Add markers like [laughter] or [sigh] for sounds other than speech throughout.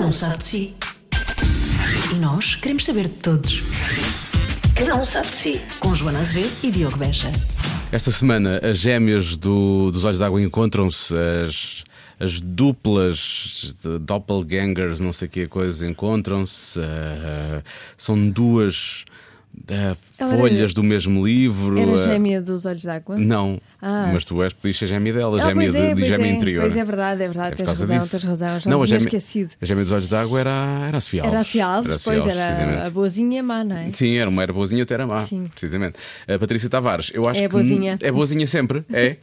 um sabe de si. E nós queremos saber de todos. Cada um sabe de si. Com Joana Azevedo e Diogo Beja. Esta semana, as gêmeas do- dos Olhos d'Água encontram-se, as, as duplas de doppelgangers, não sei que coisa, encontram-se. eh, são duas eh, Ela era- folhas do mesmo livro. Era eh, gêmea dos olhos d'água? Não, Ah. mas tu és, podias ser gêmea dela, Ah, gêmea pois é, de, de pois gêmea é, interior. Pois é verdade, é É verdade, por tens causa razão, disso. tens razão, já não, a tinha gêmea- esquecido. A gêmea dos Olhos d'Água era, era a Sofia Era a Alves. Cia Alves, Era a Sofia pois Alves, era precisamente. a boazinha má, não é? Sim, era uma era boazinha até era má, Sim. precisamente. A Patrícia Tavares, eu acho É que. boazinha. É boazinha sempre, [laughs] é?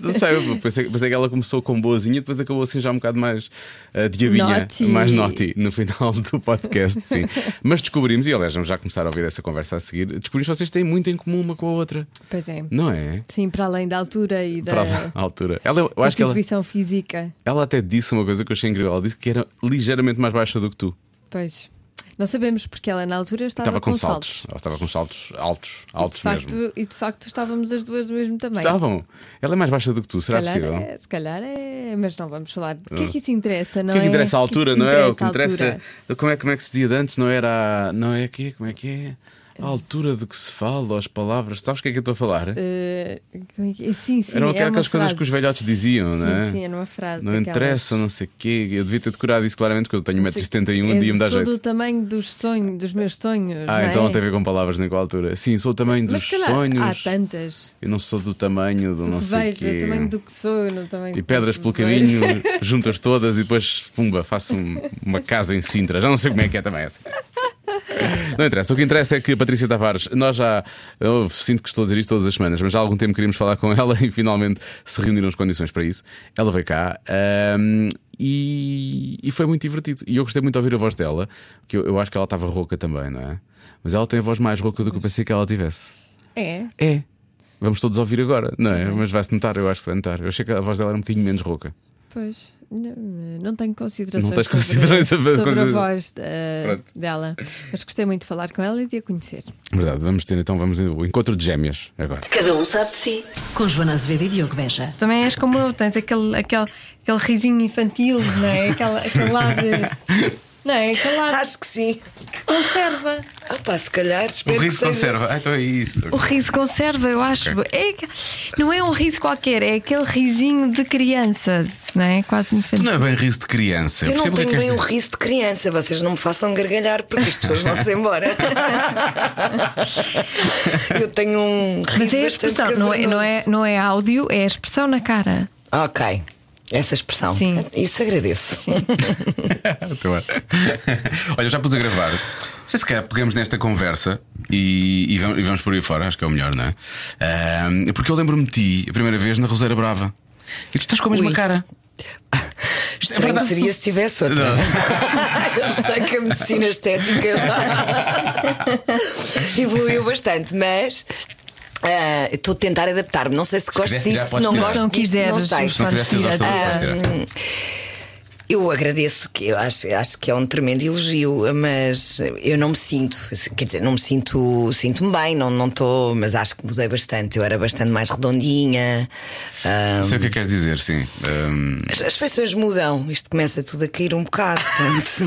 Não sei, eu pensei, pensei que ela começou com boazinha, depois acabou assim já um bocado mais ah, diabinha, Naughty. mais naughty no final do podcast, [laughs] sim. Mas descobrimos, e aliás, vamos já começar a ouvir essa conversa a seguir, descobrimos que vocês têm muito em comum uma com a outra, Pois é. não é? Sim, para além da altura e da Para a altura. Ela, eu acho que ela, constituição física. ela até disse uma coisa que eu achei incrível. Ela disse que era ligeiramente mais baixa do que tu. Pois. Não sabemos porque ela na altura estava, Estava com, saltos. saltos. Ela estava com saltos altos, De altos facto, mesmo. e de facto estávamos as duas do mesmo tamanho. Estavam. Ela é mais baixa do que tu, Se será calhar, possível? é, se calhar é, mas não vamos falar. O que é que isso interessa? Não O que é que interessa a O que é que altura, não é? O que a interessa. altura? Como é, como é que se dizia de antes? Não era. a- Não é que Como é que é? A altura do que se fala, as palavras. Sabes o que é que eu estou a falar? Eh, como é que- sim, sim. Eram é uma aquelas coisas frase. que os velhotes diziam, não é? Sim, sim, era uma frase. Não daquelas. interessa, não sei o quê. Eu devia ter decorado isso claramente, porque eu tenho 1,71m e um Eu dia me dá sou jeito. do tamanho dos sonhos, dos meus sonhos. Ah, não então é? não tem a ver com palavras nem com a altura. Sim, sou o tamanho Mas dos se calhar ah, tá. sonhos. Há tantas. Eu não sou do tamanho do não sei o Vejo, o tamanho quê. do que sou, no tamanho E pedras pelo caminho, juntas todas e depois, pumba, faço um- uma casa em Sintra. Já não sei como é que é também essa. Não interessa. O que interessa é que a Patrícia Tavares, nós já. Eu sinto que estou a dizer isto todas as semanas, mas já há algum tempo queríamos falar com ela [laughs] e finalmente se reuniram as condições para isso. Ela veio cá. ahm, e, e foi muito divertido. E eu gostei muito de ouvir a voz dela, porque eu, eu acho que ela estava rouca também, não é? Mas ela tem a voz mais rouca do que eu pensei que ela tivesse. [laughs] É. É. Vamos todos ouvir agora, não é? Mas vai-se notar, eu acho que se vai notar. Eu achei que a voz dela era um bocadinho menos rouca. Pois, não, não tenho considerações Não tens sobre- considerações sobre sobre, a a coisa- voz eh, Pronto. dela. Mas gostei muito de falar com ela e de a conhecer. Verdade, vamos ter então vamos o encontro de gêmeas agora. Cada um sabe de si. Com Joana Azevedo e Diogo Beja. Também és como eu, tens aquele, aquele, aquele risinho infantil, não é? Aquela, aquele [laughs] lado. Não é? Aquele lado Acho que sim. que conserva. Opa, se calhar, espero que seja. Ah, então é isso. O riso conserva, eu acho. É que- não é um riso qualquer, é aquele risinho de criança, não é? Quase infantil. Não é bem riso de criança. Eu não percebo o tenho que é que bem é- um riso de criança, vocês não me façam gargalhar porque as pessoas [laughs] vão-se embora. Eu tenho um riso Mas é a bastante expressão, não é, não, é, não é áudio, é a expressão na cara. cavernoso. Ok, essa expressão. Sim. Isso agradeço. Então é. [laughs] Olha, eu já pus a gravar. Não sei se calhar pegamos nesta conversa e, e vamos, e vamos por aí fora, acho que é o melhor, não é? Ahm, porque eu lembro-me de ti a primeira vez na Roseira Brava. E tu estás com a mesma Ui. cara. [laughs] É Estranho verdade. seria se tivesse Não. outra. [laughs] Eu sei que a medicina [laughs] estética já evoluiu bastante, mas. ah, Estou a tentar adaptar-me. Não sei se, gosto quiseres tirar, disto, se podes não tirar. gosto Se não disto, não quiseres, sei. os Se não tivesse Faz as tirar. opções, vais tirar. Eu agradeço, que eu acho, acho que é um tremendo elogio, mas eu não me sinto, quer dizer, não me sinto, sinto-me bem, não estou, mas acho que mudei bastante. Eu era bastante mais redondinha. ah, Sei o que é que queres dizer, sim. Ah, Ahm, as, as feições mudam, isto começa tudo a cair um bocado. [laughs]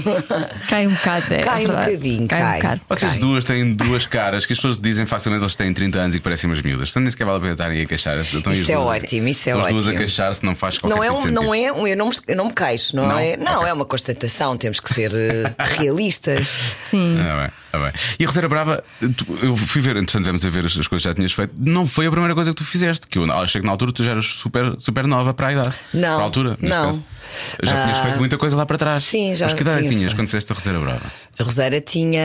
portanto. Cai um bocado, é Cai um verdade. bocadinho, cai. um bocado. Vocês Ok. duas têm duas caras que as pessoas dizem facilmente eles têm 30 anos e que parecem umas miúdas. Portanto, nem sequer vale a pena estarem a queixar. Estão aí Isso as é duas- ótimo, isso é estão As duas a ótimo. queixar se não faz qualquer [laughs] Não é, tipo um, de não sentido. é um, eu não me, eu não me queixo, não, Não? é? Não, é uma constatação, temos que ser eh, realistas. Sim. Ah, bem, ah, bem. E a Roseira Brava, tu- eu fui ver, entretanto, vamos a ver as as coisas que já tinhas feito. Não foi a primeira coisa que tu fizeste, que eu achei que na altura tu já eras super, super nova para a idade. Não, Para a altura, neste não. caso. Já tinhas Ah, feito muita coisa lá para trás. sim, já Mas que idade tinha tinhas feito. quando fizeste a Roseira Brava? A Roseira tinha.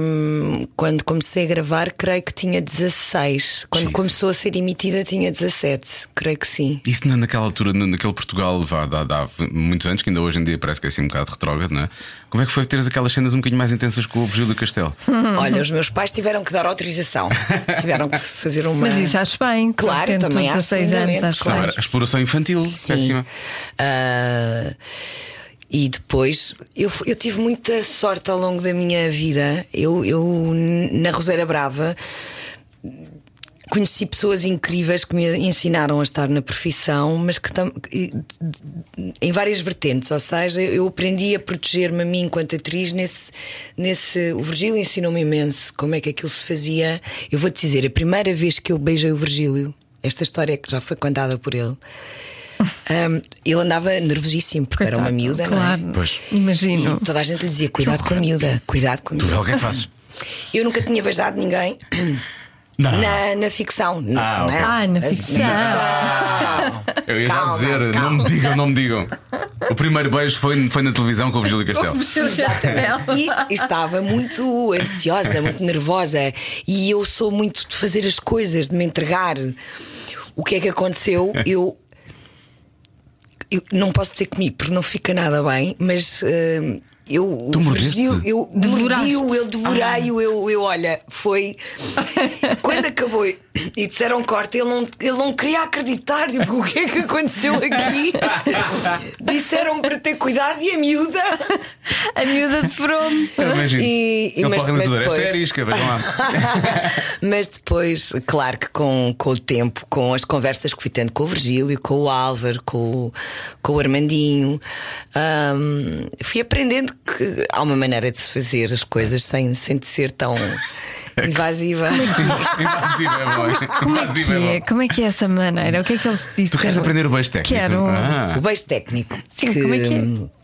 hum, Quando comecei a gravar, creio que tinha 16. Quando Jesus. começou a ser emitida, tinha 17. Creio que sim. Isso na- naquela altura, na- naquele Portugal, vá, dá, dá muitos anos, que ainda hoje em dia parece que é assim um bocado retrógrado, não é? Como é que foi teres aquelas cenas um bocadinho mais intensas com o Virgílio do Castelo? Hum. Olha, os meus pais tiveram que dar autorização. tiveram que fazer uma. Mas isso acho bem. Claro, tendo também tu acho 16 anos, lindamente, acho Não, claro. claro. era exploração infantil, péssima. Ah, e depois eu, fu- eu tive muita sorte ao longo da minha vida. Eu, eu n- na Roseira Brava conheci pessoas incríveis que me ensinaram a estar na profissão, mas que tam- e- em várias vertentes. Ou seja, eu aprendi a proteger-me a mim enquanto atriz nesse. nesse... O Virgílio ensinou-me imenso como é que aquilo se fazia. Eu vou-te dizer, a primeira vez que eu beijei o Virgílio, esta história é que já foi contada por ele. hum, ele andava nervosíssimo porque era uma Coitado, miúda, não é? Claro, Pois. imagino. E então, toda a gente lhe dizia: cuidado com a miúda, cuidado com a Tu vê miúda. alguém que [laughs] fazes? Eu nunca tinha beijado ninguém Não. na, na ficção. não Ah, não é? ok. Ah, na ficção. [laughs] Eu ia já Calma, dizer, calma. não me digam, não me digam. O primeiro beijo foi, foi na televisão com o Virgílio Castelo. Exatamente. E estava muito ansiosa, muito nervosa. E eu sou muito de fazer as coisas, de me entregar. O que é que aconteceu? Eu. eu não posso dizer comigo, porque não fica nada bem, mas. hum, eu, Tu o mordeste? Virgílio- eu Devoraste. mordi-o, eu devorei-o, eu, eu, olha, foi. Quando acabou e disseram corte, ele não, ele não queria acreditar. Tipo, o que é que aconteceu aqui? disseram para ter cuidado e a miúda. A miúda de pronto. Eu imagino. E- e- Ele mas- pode mas dizer, Esta é depois- arisca, vejam [laughs] lá. Mas depois, claro que com, com o tempo, com as conversas que fui tendo com o Virgílio, com o Álvaro, com, o- com o Armandinho, hum, fui aprendendo que há uma maneira de se fazer as coisas sem, sem de ser tão invasiva. Invasivo é bom. Como é, Invasivo que é é? bom. Como é que é essa maneira? O que é que eles disseram? Tu queres aprender o beijo técnico? Quero. O Ah, beijo técnico. hum, Sim, como é que é?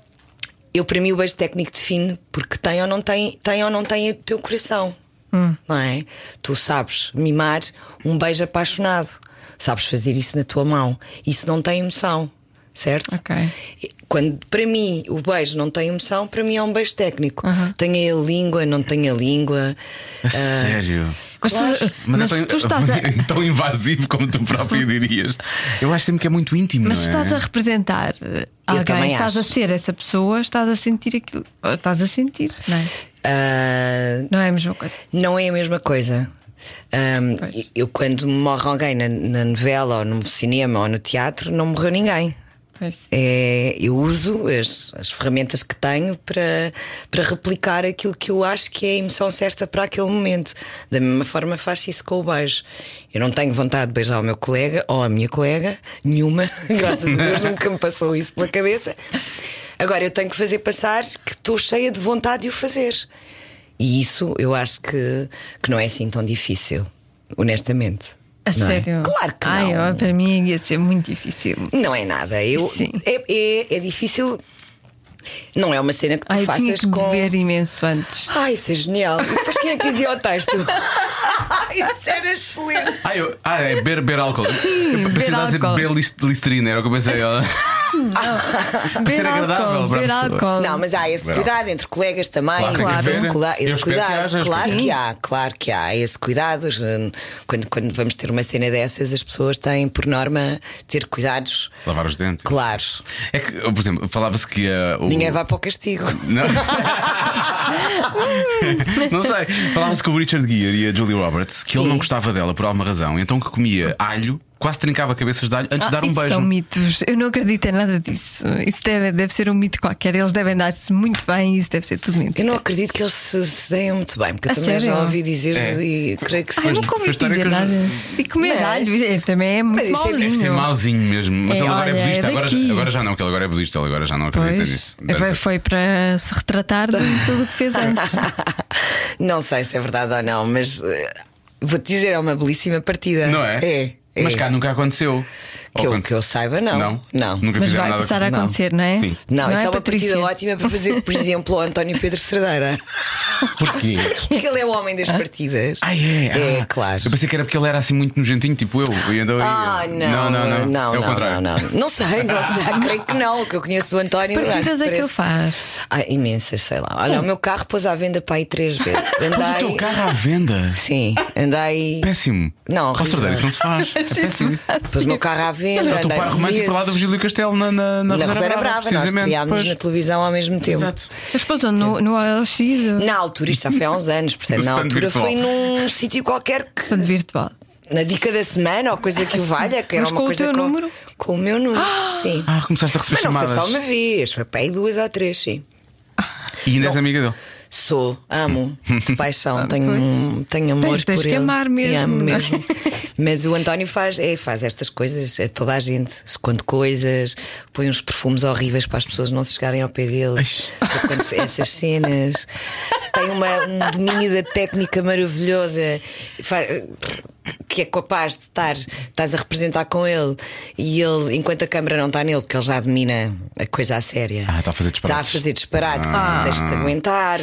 Eu, para mim, o beijo técnico define porque tem ou não tem, tem, ou não tem o teu coração. Hum. Não é? Tu sabes mimar um beijo apaixonado. Sabes fazer isso na tua mão. Isso não tem emoção, certo? Ok. E Quando para mim o beijo não tem emoção, para mim é um beijo técnico. Tem a língua, não tem a língua. a sério. Mas, tu, mas então eu tenho- tu estás a, [laughs] tão invasivo como tu próprio dirias. Eu acho sempre que é muito íntimo. mas não é? estás a representar eh, alguém, também estás a acho. ser essa pessoa, estás a sentir aquilo, ou estás a sentir, não é? Ah, Não é a mesma coisa. Não é a mesma coisa. Ahm, Pois. eu, quando morre alguém na, na novela, ou no cinema, ou no teatro, não morreu ninguém. Pois. É, eu uso as, as ferramentas que tenho para, para replicar aquilo que eu acho que é a emoção certa para aquele momento. Da mesma forma, faço isso com o beijo. Eu não tenho vontade de beijar o meu colega ou a minha colega, nenhuma, [laughs] graças a Deus nunca me passou isso pela cabeça. Agora, eu tenho que fazer passar que estou cheia de vontade de o fazer. E isso eu acho que, que não é assim tão difícil, honestamente. A Não é? sério? Claro que Ai, não. ó, para mim ia ser muito difícil. Não é nada. Eu, Sim. É, é, é difícil. Não é uma cena que tu Ai, eu tinha faças que com. beber imenso antes. Ai, isso é genial. E depois quem é que dizia o texto? [laughs] Ai, isso era excelente. Ah, eu, ah é beber, beber [laughs] álcool. Sim, eu beber pensei a dizer álcool. beber lis- listerina, era o que eu [laughs] pensei. ó. Para ser Beber agradável álcool, para a beber pessoa. álcool. Não, mas há esse Não. cuidado entre colegas também. Claro, Claro. Esse, cula- Eu esse espero que haja, cuidado, eu claro espero que há, claro que há esse cuidado. hum, Quando, quando vamos ter uma cena dessas, as pessoas têm por norma ter cuidados Lavar os dentes. claros. É que, por exemplo, falava-se que ah, o- Ninguém vai para o castigo. [laughs] Não. [laughs] não sei. Falava-se com o Richard Gere e a Julie Roberts que ele Sim. não gostava dela por alguma razão, então que comia alho, quase trincava cabeças de alho antes Ah, de dar um isso são beijo. mitos. Eu não acredito em nada disso. Isso deve, deve ser um mito qualquer. Eles devem dar-se muito bem e isso deve ser tudo Eu mentira. não acredito que eles se, se deem muito bem, porque A eu também sério? já ouvi dizer É. e creio que sim. Ai, Mas- nunca ouvi mas história dizer que eu já- nada. E comer Mas- alho é, também é muito isso é- Deve ser mauzinho. mauzinho mesmo. Mas É, ele agora olha, é budista. é agora, daqui. agora já não, que ele agora é budista, ele agora já não acredita Pois, É, nisso. Deve foi, ser. foi para se retratar de tudo o que [laughs] fez antes. Não sei se é verdade ou não, mas eh, vou-te dizer, é uma belíssima partida. Não é? É. é. Mas cá nunca aconteceu. que, Ou eu, quando- que eu saiba, não. Não? Não. Nunca Mas fizeram vai nada começar a Não. acontecer, não é? Sim. Não, isso é, uma Patrícia? partida ótima para fazer, por exemplo, o António [laughs] Pedro Cerdeira. Porquê? Porque ele é o homem das partidas. Ah, é? [laughs] É, Ah, claro. Eu pensei que era porque ele era assim muito nojentinho, tipo eu. E então, Ah, não, não, não, não, É o não, contrário. não, não. Não sei, não sei, [laughs] creio que não, que eu conheço o António. acho Partidas é que parece- ele faz. Ah, imensas, sei lá. Olha, o meu carro pôs à venda para aí três [laughs] vezes. Mas o teu Andei. carro à venda. Sim, andei. Péssimo. Não, Ross Sardelli, horrível. isso não se [laughs] faz. É péssimo. isso. Pôs o meu carro à venda. Era o teu andei pai num romântico mês. para lá do Virgílio Castelo na, na, na, na Roseira Rosário Brava, nós precisamente. estreámos Pois. na televisão ao mesmo tempo. Exato. Mas pôs onde? no, no OLX, ou- Na altura, isto já foi há uns anos, portanto, No na stand altura virtual. foi num [laughs] sítio qualquer que, portanto, virtual. na dica da semana ou coisa que o valha, que era Mas uma com o coisa teu número? com o meu número, sim. Ah, começaste a receber Mas não foi chamadas. só uma vez, foi para aí duas ou três, sim. E ainda és amiga dele. Sou, amo, de paixão, tenho, pois. um- tenho amor Tens- tens por que ele. amar mesmo, E amo não é? mesmo. Mas o António faz, é, faz estas coisas a toda a gente. Esconde coisas, põe uns perfumes horríveis para as pessoas não se chegarem ao pé dele. Quando- Essas cenas. Tem uma- um domínio da técnica maravilhosa. Fa- Que é capaz de estar, estás a representar com ele e ele, enquanto a câmara não está nele, porque ele já domina a coisa a séria. Ah, está a fazer Está a disparates. fazer disparates Ah. e tu tens de te aguentar.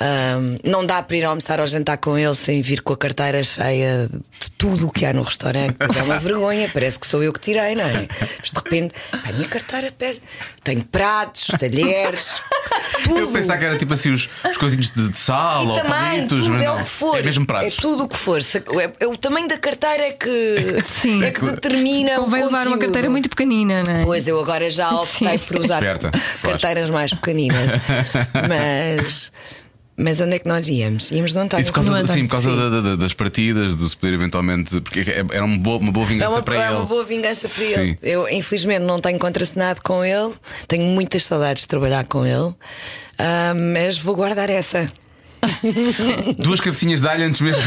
Ahm, não dá para ir almoçar ou jantar com ele sem vir com a carteira cheia de tudo o que há no restaurante. Mas é [laughs] uma vergonha, parece que sou eu que tirei, não é? Mas de repente, a minha carteira pesa. Tenho pratos, talheres, tudo. [laughs] Eu pensava que era tipo assim os, os coisinhos de, de sal E ou também, palitos, tudo mas é não. o que for. É mesmo É pratos. tudo o que for. Se- É, é o tamanho da carteira [laughs] é que, Sim. é que determina o Convém levar uma conteúdo. carteira muito pequenina, não é? Pois eu [laughs] agora já optei Sim. por usar Esperta, carteiras mais [laughs] pequeninas. Mas, mas onde é que nós íamos? Íamos no António. Isso por causa, No do- António. sim, por causa é Sim. da- da- da- das partidas, do se poder eventualmente. Porque é- era uma boa, uma boa É vingança uma, para é ele. uma boa vingança para Sim. ele. Eu, infelizmente, não tenho contracenado com ele. Tenho muitas saudades de trabalhar com ele. Ah, mas vou guardar essa. Duas cabecinhas de alho antes [laughs] mesmo.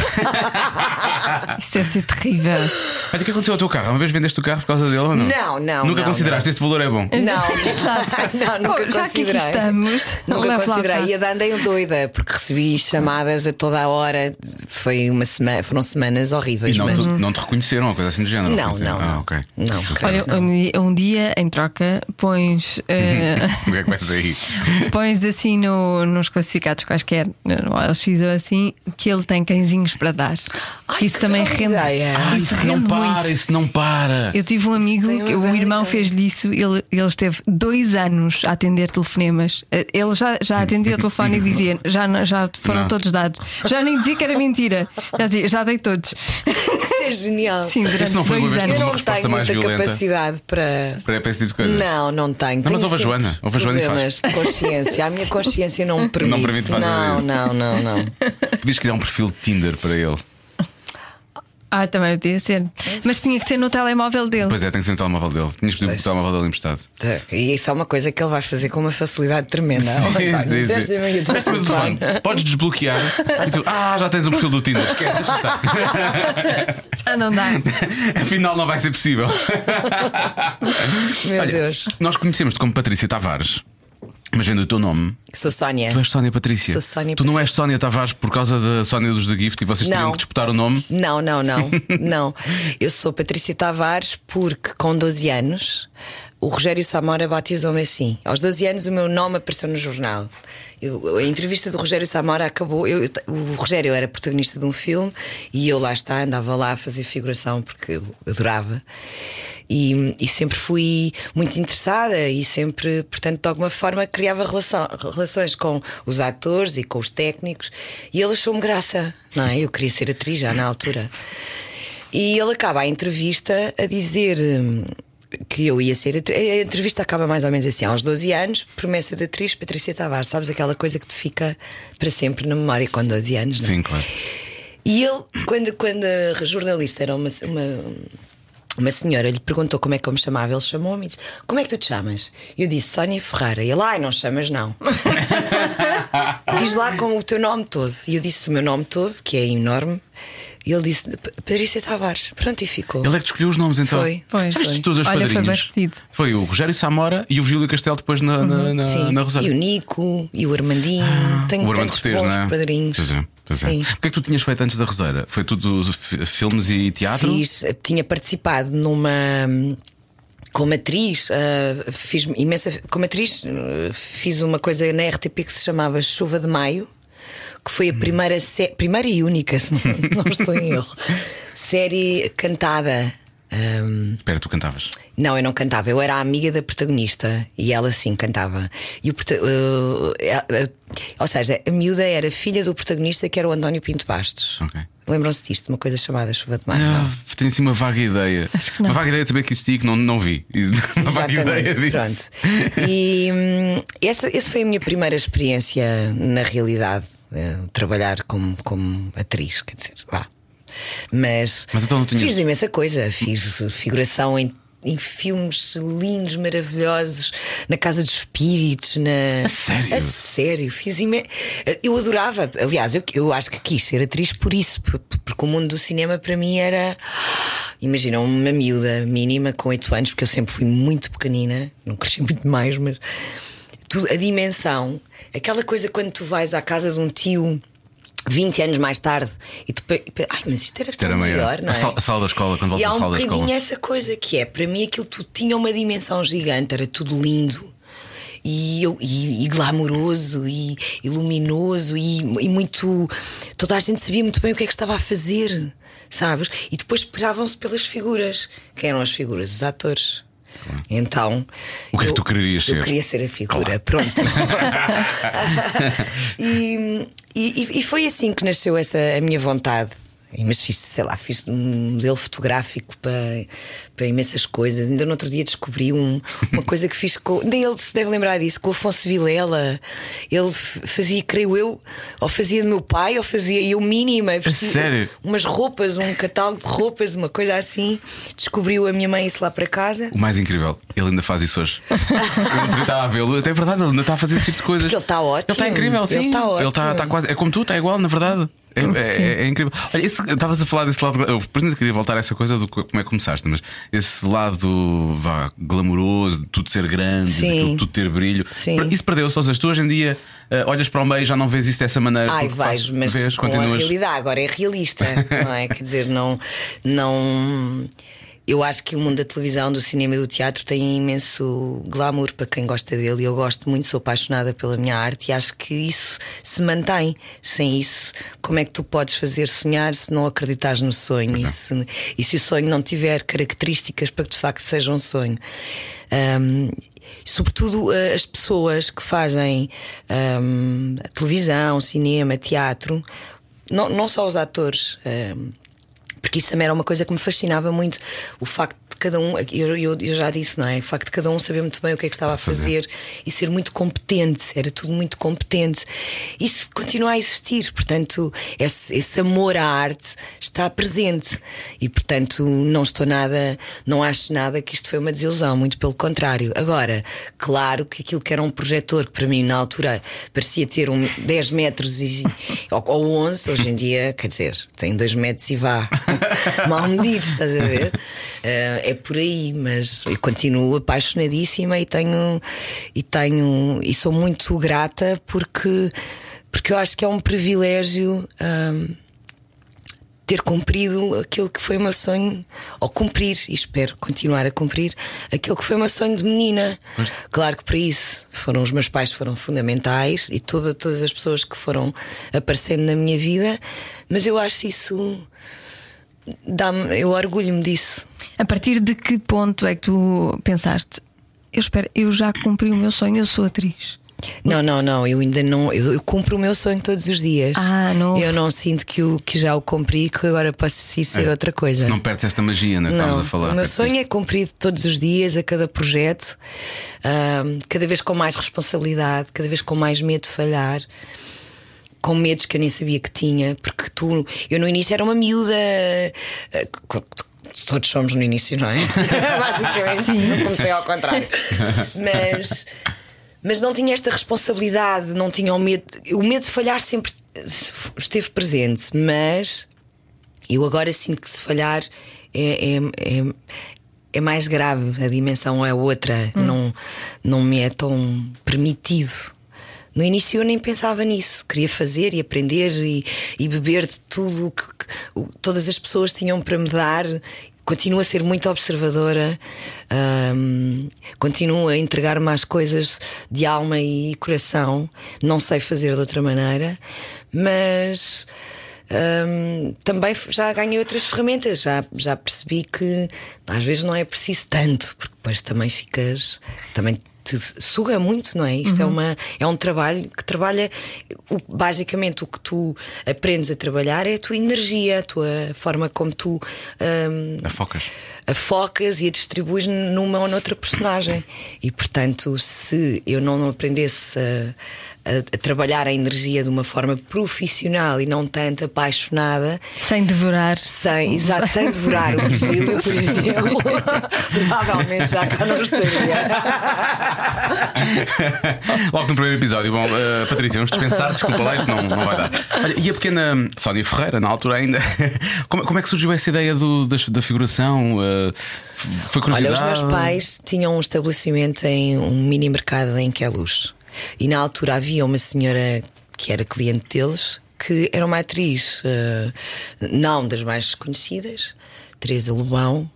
Isso deve ser terrível. Olha, o que aconteceu ao teu carro? Uma vez vendeste o carro por causa dele ou não? Não, não, Nunca não, consideraste este valor é bom. [laughs] Não, não, nunca Bom, já que aqui considerei. estamos, Nunca leva lá considerei. cá. E andei um doida, porque recebi chamadas a toda a hora. Foi uma semana, foram semanas E horríveis. não, mas- te- não te reconheceram, uma coisa assim do género. Não, reconheceram. não, Ah, não. ok. Não, [laughs] Ok. Olha, um dia- um dia em troca pões, eh, [laughs] O que é que vai sair? pões assim no- nos classificados quaisquer, no LX ou assim, que ele tem cãezinhos para dar. Ai, isso que também grande rende. ideia. Ah, Isso isso não rende para, muito. isso não para. Eu tive um amigo, tem uma que o grande irmão ideia. fez disso, ele, ele esteve dois anos a atender telefonemas. Eh, Ele já, já atendia o telefone e dizia: já, não- já foram Não. todos dados. Já nem dizia que era mentira. Já, dizia, já dei todos. [laughs] Isso é genial. Sim, durante não foi uma dois vez que anos. Eu Uma não resposta tenho mais muita violenta. capacidade para. Para esse tipo de coisa. Não, não tenho. Não, mas Tenho ouve a sempre Joana. Ouve a Joana e problemas de consciência. A minha consciência não me permite. permite fazer não, isso. não, não, não. Podias criar um perfil de Tinder para ele. Ah, também podia ser. Mas tinha que ser no telemóvel dele. Pois é, tem que ser no telemóvel dele. Tinhas pedido o telemóvel dele emprestado. E isso é uma coisa que ele vai fazer com uma facilidade tremenda. António, deste-me aí o teu Deste-me o telefone. telefone. Podes desbloquear e tu, ah, já tens o perfil do Tinder. Esquece, deixa estar. Ah, não dá. [laughs] Afinal, não vai ser possível. Meu Olha, Deus. Nós conhecemos-te como Patrícia Tavares, mas vendo o teu nome, Sou Sónia. tu és Sónia Patrícia. Sou Sónia tu não és Sónia Tavares por causa da Sónia dos The Gift e vocês Não. tinham que disputar o nome. Não, não, não, não. Eu sou Patrícia Tavares porque com 12 anos o Rogério Samora batizou-me assim. Aos 12 anos o meu nome apareceu no jornal. Eu- a entrevista do Rogério Samora acabou. eu- eu te- o Rogério era protagonista de um filme e eu lá está, andava lá a fazer figuração porque eu adorava. E, e sempre fui muito interessada e sempre, portanto, de alguma forma criava relação- relações com os atores e com os técnicos. E ele achou-me graça, não é? Eu queria ser atriz já na altura. E ele acaba a entrevista a dizer. hum, Que eu ia ser atriz. A entrevista acaba mais ou menos assim, aos 12 anos, promessa de atriz Patrícia Tavares. Sabes aquela coisa que te fica para sempre na memória com 12 anos, não é? Sim, claro. E ele, quando, quando a jornalista era uma, uma, uma senhora, lhe perguntou como é que eu me chamava, ele chamou-me e disse: Como é que tu te chamas? E eu disse: Sónia Ferrara. E ele: Ai, não chamas, [laughs] não. Diz lá com o teu nome todo. E eu disse o meu nome todo, que é enorme. E ele disse: "Pa- Patrícia Tavares. Pronto, e ficou. Ele é que escolheu os nomes então. Foi. Pois, Foste foi. tu dois Olha, foi padrinhos. batido. Foi o Rogério Samora e o Júlio Castelo depois na, na, na, Uhum. Sim. na e ah, Rosário. Ah, o Nico, e o Armandinho. Tenho O Armando tantos Cortês, bons não é? padrinhos. Pois é, pois é. Sim. O que é que tu tinhas feito antes da Roseira? Foi tudo fi- filmes e teatro? Fiz, tinha participado numa. Como atriz, ah, fiz imensa. Como atriz, ah, fiz uma coisa na RTP que se chamava Chuva de Maio, que Hum. foi a primeira, sé- primeira e única, [laughs] se não, não estou em erro, série cantada. Ahm, Espera, tu cantavas. não, eu não cantava, eu era a amiga da protagonista e ela sim cantava. E o, prota- eh, eh, eh, ou seja, a miúda era filha do protagonista que era o António Pinto Bastos. Ok. Lembram-se disto, uma coisa chamada Chuva de Maio? Ah, não? é? tenho assim uma vaga ideia. Acho que não. Uma vaga ideia de saber que existia e que não, não vi. [laughs] Uma vaga ideia Exatamente, disso. pronto. E hum, essa, essa foi a minha primeira experiência na realidade, eh, trabalhar como, como atriz, quer dizer, vá. Mas, Mas então não tinhas- fiz imensa coisa, fiz figuração em em filmes lindos, maravilhosos, na Casa dos Espíritos, na. A É sério? A sério, fiz imen... Eu adorava, aliás, eu, eu acho que quis ser atriz por isso, por- por- porque o mundo do cinema para mim era. Imagina, uma miúda mínima com 8 anos, porque eu sempre fui muito pequenina, não cresci [laughs] muito mais, mas. tu- a dimensão, aquela coisa quando tu vais à casa de um tio. 20 anos mais tarde, e tu. pe- pe- Ai, mas isto era Isto era tão maior. melhor, não a, é? sala, a sala da escola, quando voltas E há à um sala da escola. bocadinho essa coisa que é, para mim aquilo tudo tinha uma dimensão gigante, era tudo lindo. E, eu, e, e glamouroso e, e luminoso e, e muito. Toda a gente sabia muito bem o que é que estava a fazer, sabes? E depois esperavam-se pelas figuras. Quem eram as figuras? Os atores. Então. O que é que eu- tu querias Eu ser? queria ser a figura, [laughs] pronto. e, e- e foi assim que nasceu essa a minha vontade. E, Mas fiz, sei lá, fiz um modelo fotográfico para, para imensas coisas. Ainda no outro dia descobri um- uma coisa que fiz com. nem Ele se deve lembrar disso, com o Afonso Vilela. Ele f- fazia, creio eu, ou fazia do meu pai, ou fazia eu mínima. Vestia sério? Umas roupas, um catálogo de roupas, uma coisa assim. Descobriu a minha mãe isso lá para casa. O mais incrível, ele ainda faz isso hoje. Eu ontem estava a vê-lo, até é verdade, ele ainda está a fazer esse tipo de coisas. Porque ele está ótimo. Ele está incrível, sim. Ele está Ele está ótimo. está quase. É como tu, está igual, na verdade. É, é- é- é incrível. Olha, esse- estavas a falar desse lado. Eu por exemplo, queria voltar a essa coisa do co- como é que começaste, mas esse lado vá, glamouroso, de tudo ser grande, Sim. daquilo tudo ter brilho. Sim. Pra- Isso perdeu-se ou seja, Tu hoje em dia eh, olhas para o meio e já não vês isso dessa maneira. Ai, porque vais, fazes- mas vês, com a continuas. realidade agora é realista, não é? Quer dizer, não, não. Eu acho que o mundo da televisão, do cinema e do teatro tem imenso glamour para quem gosta dele. Eu gosto muito, sou apaixonada pela minha arte e acho que isso se mantém. Sem isso, como é que tu podes fazer sonhar se não acreditares no sonho? E se, e se o sonho não tiver características para que de facto seja um sonho? Ahm, sobretudo eh, as pessoas que fazem ahm, televisão, cinema, teatro, não, não só os atores. ahm, porque isso também era uma coisa que me fascinava muito, o facto de cada um, eu, eu- eu já disse, não é? O facto de cada um saber muito bem o que é que estava a fazer e ser muito competente, era tudo muito competente. Isso continua a existir, portanto, esse, esse amor à arte está presente e, portanto, não estou nada, não acho nada que isto foi uma desilusão, muito pelo contrário. Agora, claro que aquilo que era um projetor, que para mim na altura parecia ter um 10 metros e, [laughs] ou, ou 11, hoje em dia, quer dizer, tem 2 metros e vá. Mal medido, estás a ver? Eh, é por aí, mas eu continuo apaixonadíssima e tenho, e tenho, e sou muito grata porque, porque eu acho que é um privilégio. ahm, ter cumprido aquilo que foi o meu sonho, ou cumprir, e espero continuar a cumprir, aquilo que foi o meu sonho de menina. Claro que para isso foram os meus pais foram fundamentais e toda, todas as pessoas que foram aparecendo na minha vida, mas eu acho isso. Dá-me, eu orgulho-me disso. A partir de que ponto é que tu pensaste? Eu espero, eu já cumpri o meu sonho, eu sou atriz. Não, não, não, eu ainda não. Eu, eu cumpro o meu sonho todos os dias. Ah, não. Eu não sinto que, o, que já o cumpri, que agora posso sim ser É, outra coisa. É. Não perdes esta magia, né? que Não, Estávamos a falar. O meu Perdes sonho isto. é cumprido todos os dias, a cada projeto, ahm, cada vez com mais responsabilidade, cada vez com mais medo de falhar, com medos que eu nem sabia que tinha, porque tu, eu no início era uma miúda. ah, co- co- Todos somos no início, não é? [laughs] Basicamente, não comecei ao contrário. Mas, mas não tinha esta responsabilidade, não tinha o medo. O medo de falhar sempre esteve presente, mas eu agora sinto que se falhar é, é, é- é mais grave, a dimensão é outra, não, não me é tão permitido. No início eu nem pensava nisso, queria fazer e aprender e, e beber de tudo o que, que- o- todas as pessoas tinham para me dar. Continuo a ser muito observadora, hum, continuo a entregar-me às coisas de alma e coração. Não sei fazer de outra maneira, mas Hum, também f- já ganhei outras ferramentas, já, já percebi que às vezes não é preciso tanto, porque depois também ficas. também te suga muito, não é? Isto é, uma, é um trabalho que trabalha. o- basicamente, o que tu aprendes a trabalhar é a tua energia, a tua forma como tu. hum, É focas. a focas e a distribuis numa ou noutra personagem. E portanto, se eu não aprendesse a, a- a trabalhar a energia de uma forma profissional e não tanto apaixonada, Sem devorar. sem, exato, sem devorar o Virgílio, por exemplo, [laughs] provavelmente já cá não estaria. Logo no primeiro episódio. Bom, eh, Patrícia, vamos dispensar, desculpa lá, isto não, não vai dar. Olha, e a pequena Sónia Ferreira, na altura ainda, [laughs] como, como é que surgiu essa ideia do- da, da figuração? Eh, foi Olha, curiosidade? os meus pais tinham um estabelecimento em um mini mercado em Queluz. E na altura havia uma senhora que era cliente deles, que era uma atriz, eh, não das mais conhecidas, Teresa Lobão.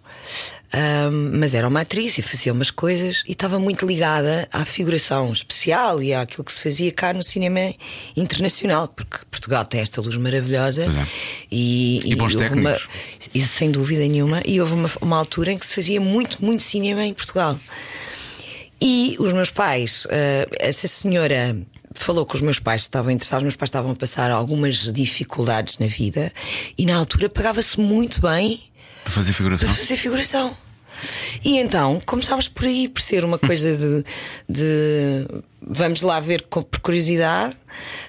ahm, mas era uma atriz e fazia umas coisas e estava muito ligada à figuração especial e àquilo que se fazia cá no cinema internacional, porque Portugal tem esta luz maravilhosa Pois é. e, E bons houve uma- técnicos. isso sem dúvida nenhuma. E houve uma, uma altura em que se fazia muito, muito cinema em Portugal. E os meus pais, eh, essa senhora falou que os meus pais estavam interessados, os meus pais estavam a passar algumas dificuldades na vida e na altura pagava-se muito bem Para fazer para figuração? fazer figuração. E então começámos por aí, por ser Hum. uma coisa de, de- vamos lá ver com- por curiosidade,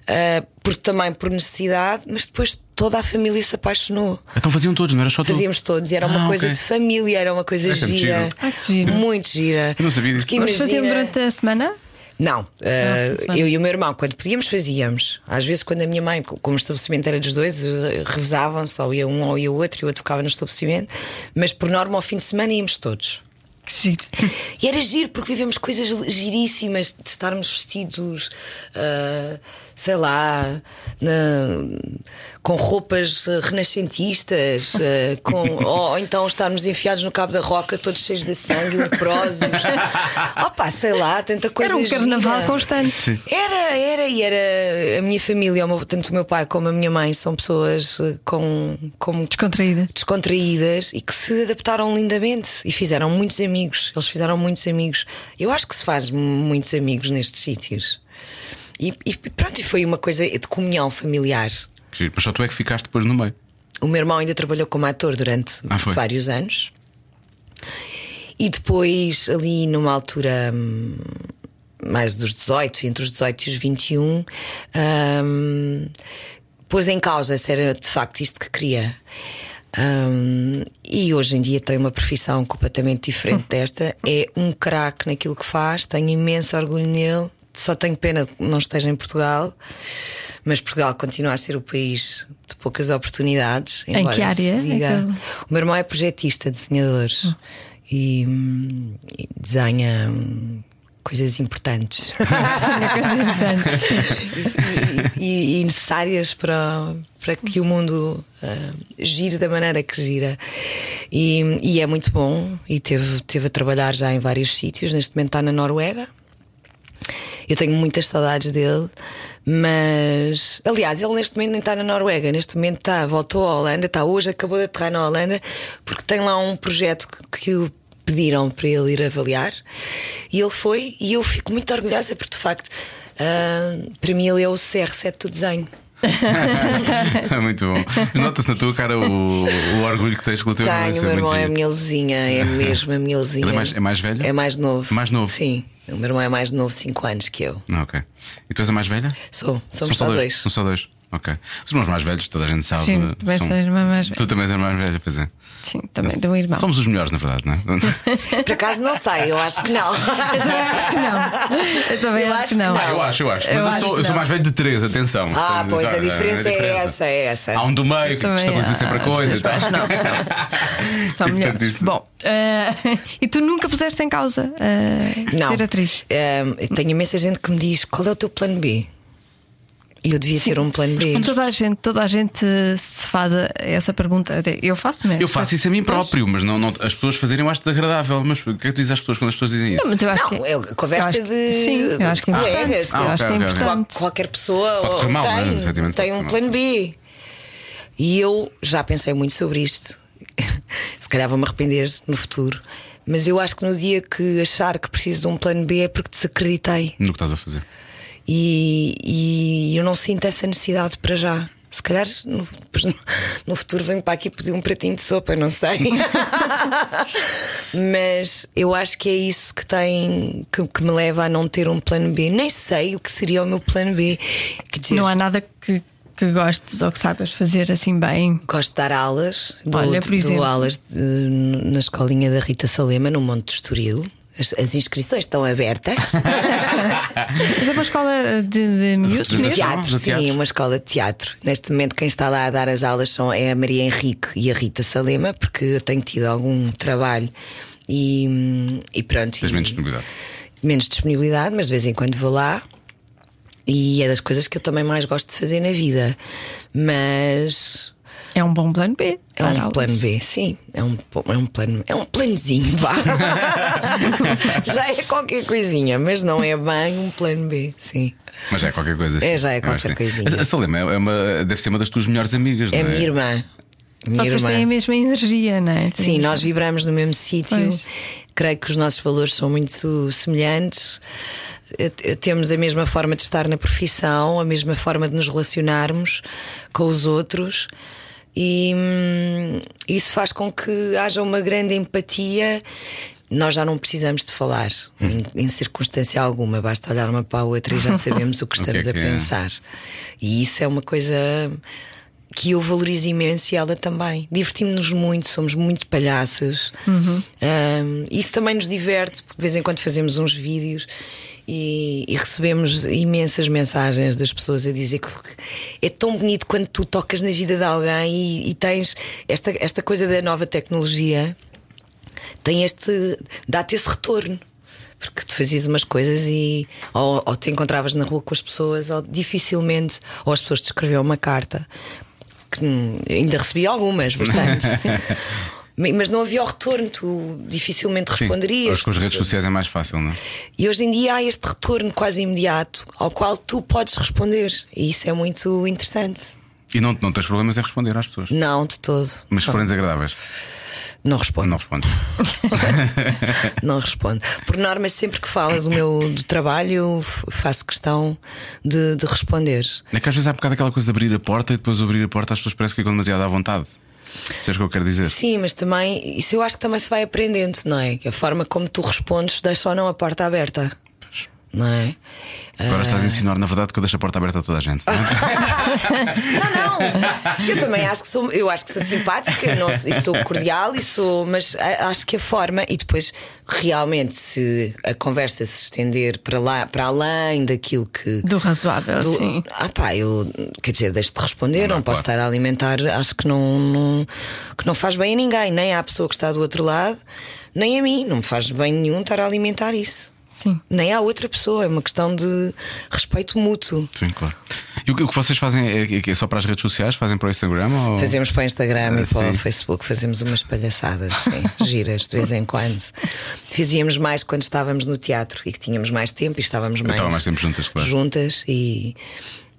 eh, por, também por necessidade, mas depois toda a família se apaixonou. Então faziam todos, não era só tu? Fazíamos todos, e era uma Ah, coisa ok. de família, era uma coisa Isso é muito gira. giro. Ah, que giro. Muito gira. Eu não sabia disso. Porque Mas imagina- faziam durante a semana? Não, eh, muito bem. eu e o meu irmão, quando podíamos, fazíamos. Às vezes, quando a minha mãe, co- como o estabelecimento era dos dois, eh, revezavam-se, ou ia um ou ia o outro, e o outro ficava no estabelecimento. Mas por norma, ao fim de semana íamos todos. Que giro. E era giro porque vivemos coisas giríssimas de estarmos vestidos, ah, sei lá, na- com roupas ah, renascentistas, ah, com- [laughs] ou, ou então estarmos enfiados no cabo da roca, todos cheios de sangue, leprosos. [laughs] Opa, sei lá, tanta coisa. Era um carnaval gira. constante. Era, era, e era a minha família, o meu- tanto o meu pai como a minha mãe, são pessoas eh, com, com Descontraída. descontraídas e que se adaptaram lindamente e fizeram muitos amigos. Eles fizeram muitos amigos. Eu acho que se faz mu- muitos amigos nestes sítios. E, e pronto, e foi uma coisa de comunhão familiar. Que giro. Mas só tu é que ficaste depois no meio. [laughs] O meu irmão ainda trabalhou como ator durante Ah, foi? vários anos. E depois, ali numa altura hum, mais dos 18, entre os 18 e os 21, hum, pôs em causa se era de facto isto que queria. Hum, e hoje em dia tem uma profissão completamente diferente desta. É um craque naquilo que faz, tenho imenso orgulho nele. Só tenho pena que não esteja em Portugal, mas Portugal continua a ser o país de poucas oportunidades. que embora se área é que diga- ele- o meu irmão é projetista, desenhador e, hum, e desenha hum, coisas importantes é Olha, coisas importantes. e, e- e necessárias para, para que o mundo ah, gire da maneira que gira. E, e é muito bom e teve, teve a trabalhar já em vários sítios, neste momento está na Noruega. Eu tenho muitas saudades dele, mas. Aliás, ele neste momento nem está na Noruega, neste momento está, voltou à Holanda, está hoje, acabou de aterrar na Holanda, porque tem lá um projeto que, que o pediram para ele ir avaliar. E ele foi, e eu fico muito orgulhosa, porque de facto, ah, para mim, ele é o CR7 do desenho. muito bom. Nota-se na tua cara o, o orgulho que tens pelo teu irmão, Tenho, isso o meu irmão muito é a giro. minha luzinha, [laughs] é mesmo a minha luzinha. Ele é mais- é mais velho? É mais novo. Mais novo? Sim, o meu irmão é mais novo, 5 anos que eu. Ah, ok. E tu és a mais velha? Sou, São somos só dois. São só dois. Ok. Os irmãos mais velhos, toda a gente sabe. Sim, tu também sou a irmã mais velha. Tu também és a mais velha, pois é. [laughs] Sim, também do irmão. Somos os melhores, na verdade, [laughs] não é? Por acaso não sei, eu acho que não. Eu também acho que não. Eu também um Eu acho, que acho que não. não. Ah, eu acho, eu acho. Mas Eu eu, acho sou, que eu sou não. mais velho de três, atenção. Ah, Portanto, pois, já- a diferença é essa, é essa. Há um do meio que também estabiliza acho. sempre a coisa e tal. [laughs] São E, portanto, melhores. isso- Bom, eh, [laughs] e tu nunca puseste em causa eh, Não. ser atriz? Ahm, tenho imensa gente que me diz qual é o teu plano B? E eu devia ter um plano B. Como Toda a gente, toda a gente se faz a- essa pergunta. Até Eu faço mesmo. Eu faço isso a mim próprio, mas não, não- as pessoas fazerem eu acho desagradável. Mas o que é que tu dizes às pessoas quando as pessoas dizem isso? Mas eu acho Não, que é uma conversa eu acho que- de- sim, de eu acho que é importante. colegas. Eu Ah, acho que ok, ok, é ok. Qual- importante. qualquer pessoa Pode correr ou- mal, tem, né? Efetivamente, tem pode um correr plano B. E eu já pensei muito sobre isto. [laughs] Se calhar vou-me arrepender no futuro. Mas eu acho que no dia que achar que preciso de um plano B é porque desacreditei. No que estás a fazer. E, e eu não sinto essa necessidade para já. Se calhar no, [laughs] pois no- no futuro venho para aqui pedir um pratinho de sopa, eu [laughs] não sei. Mas eu acho que é isso que tem que, que me leva a não ter um plano B. Nem sei o que seria o meu plano B. Quer dizer, Não há nada que, que gostes ou que saibas fazer assim bem. Gosto de dar aulas, dou, Olha, por dou exemplo. aulas de- na escolinha da Rita Salema, no Monte do Estoril. As, as inscrições estão [laughs] abertas. Mas é uma escola de, de miúdos Representação. mesmo? teatro, de teatro. sim, uma escola de teatro. Neste momento, quem está lá a dar as aulas são, é a Maria Henrique e a Rita Salema, porque eu tenho tido algum trabalho e, hum, e pronto. Tens e- menos disponibilidade. menos disponibilidade, mas de vez em quando vou lá. E é das coisas que eu também mais gosto de fazer na vida. Mas É um bom plano B. é um plano B, sim. É um, po- é um plano, é um [laughs] planozinho, vá. já é qualquer coisinha, mas não é bem um plano B, sim. Mas já é qualquer coisa. É, sim. já é Eu qualquer acho que sim. coisinha. A- A Salema é uma, deve ser uma das tuas melhores amigas, É a não é? minha irmã. Minha Vocês irmã. têm a mesma energia, não é? Sim, nós vibramos no mesmo sítio. Pois. Creio que os nossos valores são muito semelhantes. Eh, eh, Temos a mesma forma de estar na profissão, a mesma forma de nos relacionarmos com os outros. E hum, isso faz com que haja uma grande empatia. Nós já não precisamos de falar em, em circunstância alguma, basta olhar uma para a outra e já sabemos o que O que é estamos que a é? pensar. E isso é uma coisa que eu valorizo imenso e ela também. Divertimos-nos muito, somos muito palhaças. Ahm, isso também nos diverte, porque de vez em quando fazemos uns vídeos e, e recebemos imensas mensagens das pessoas a dizer que é tão bonito quando tu tocas na vida de alguém e, e tens esta, esta coisa da nova tecnologia tem este. dá-te esse retorno. Porque tu fazias umas coisas e ou, ou te encontravas na rua com as pessoas, ou dificilmente, ou as pessoas te escreviam uma carta. Que hum, ainda recebi algumas, bastantes. Ma- Mas não havia o retorno, tu dificilmente Sim. responderias. Hoje com as redes sociais é mais fácil, não é? E hoje em dia há este retorno quase imediato ao qual tu podes responder. E isso é muito interessante. E não, não tens problemas em responder às pessoas. Não, de todo. Mas se forem desagradáveis, Não respondo. não respondes. Não respondo. Por norma, sempre que fala do meu do trabalho, eu f- faço questão de, de responder. É que às vezes há um bocado aquela coisa de abrir a porta e depois abrir a porta as pessoas parece que ficam demasiado à vontade. Sabes o que eu quero dizer? Sim, mas também, isso eu acho que também se vai aprendendo, não é? Que a forma como tu respondes deixa ou não a porta aberta, Pois. não é? Agora estás a ensinar, na verdade, que eu deixo a porta aberta a toda a gente. não é? [laughs] Ah, não! Eu também acho que sou, eu acho que sou simpática não, sou- e sou cordial e sou, mas a- acho que a forma, e depois realmente se a conversa se estender para, lá, para além daquilo que, Do razoável, Do- sim. Ah pá, eu quer dizer, deixo de responder, não, Não, posso claro. estar a alimentar, acho que não, não- que não faz bem a ninguém, nem à pessoa que está do outro lado, nem a mim, não me faz bem nenhum estar a alimentar isso. Sim. Nem à outra pessoa, é uma questão de respeito mútuo. Sim, claro. E o que, o que vocês fazem é, é- é só para as redes sociais? Fazem para o Instagram? Ou... Fazemos para o Instagram Ah, e para sim. o Facebook, fazemos umas palhaçadas, [laughs] sim, giras de vez em quando. Fazíamos mais quando estávamos no teatro e que tínhamos mais tempo e estávamos mais, estava Então, mais tempo juntas, claro. juntas e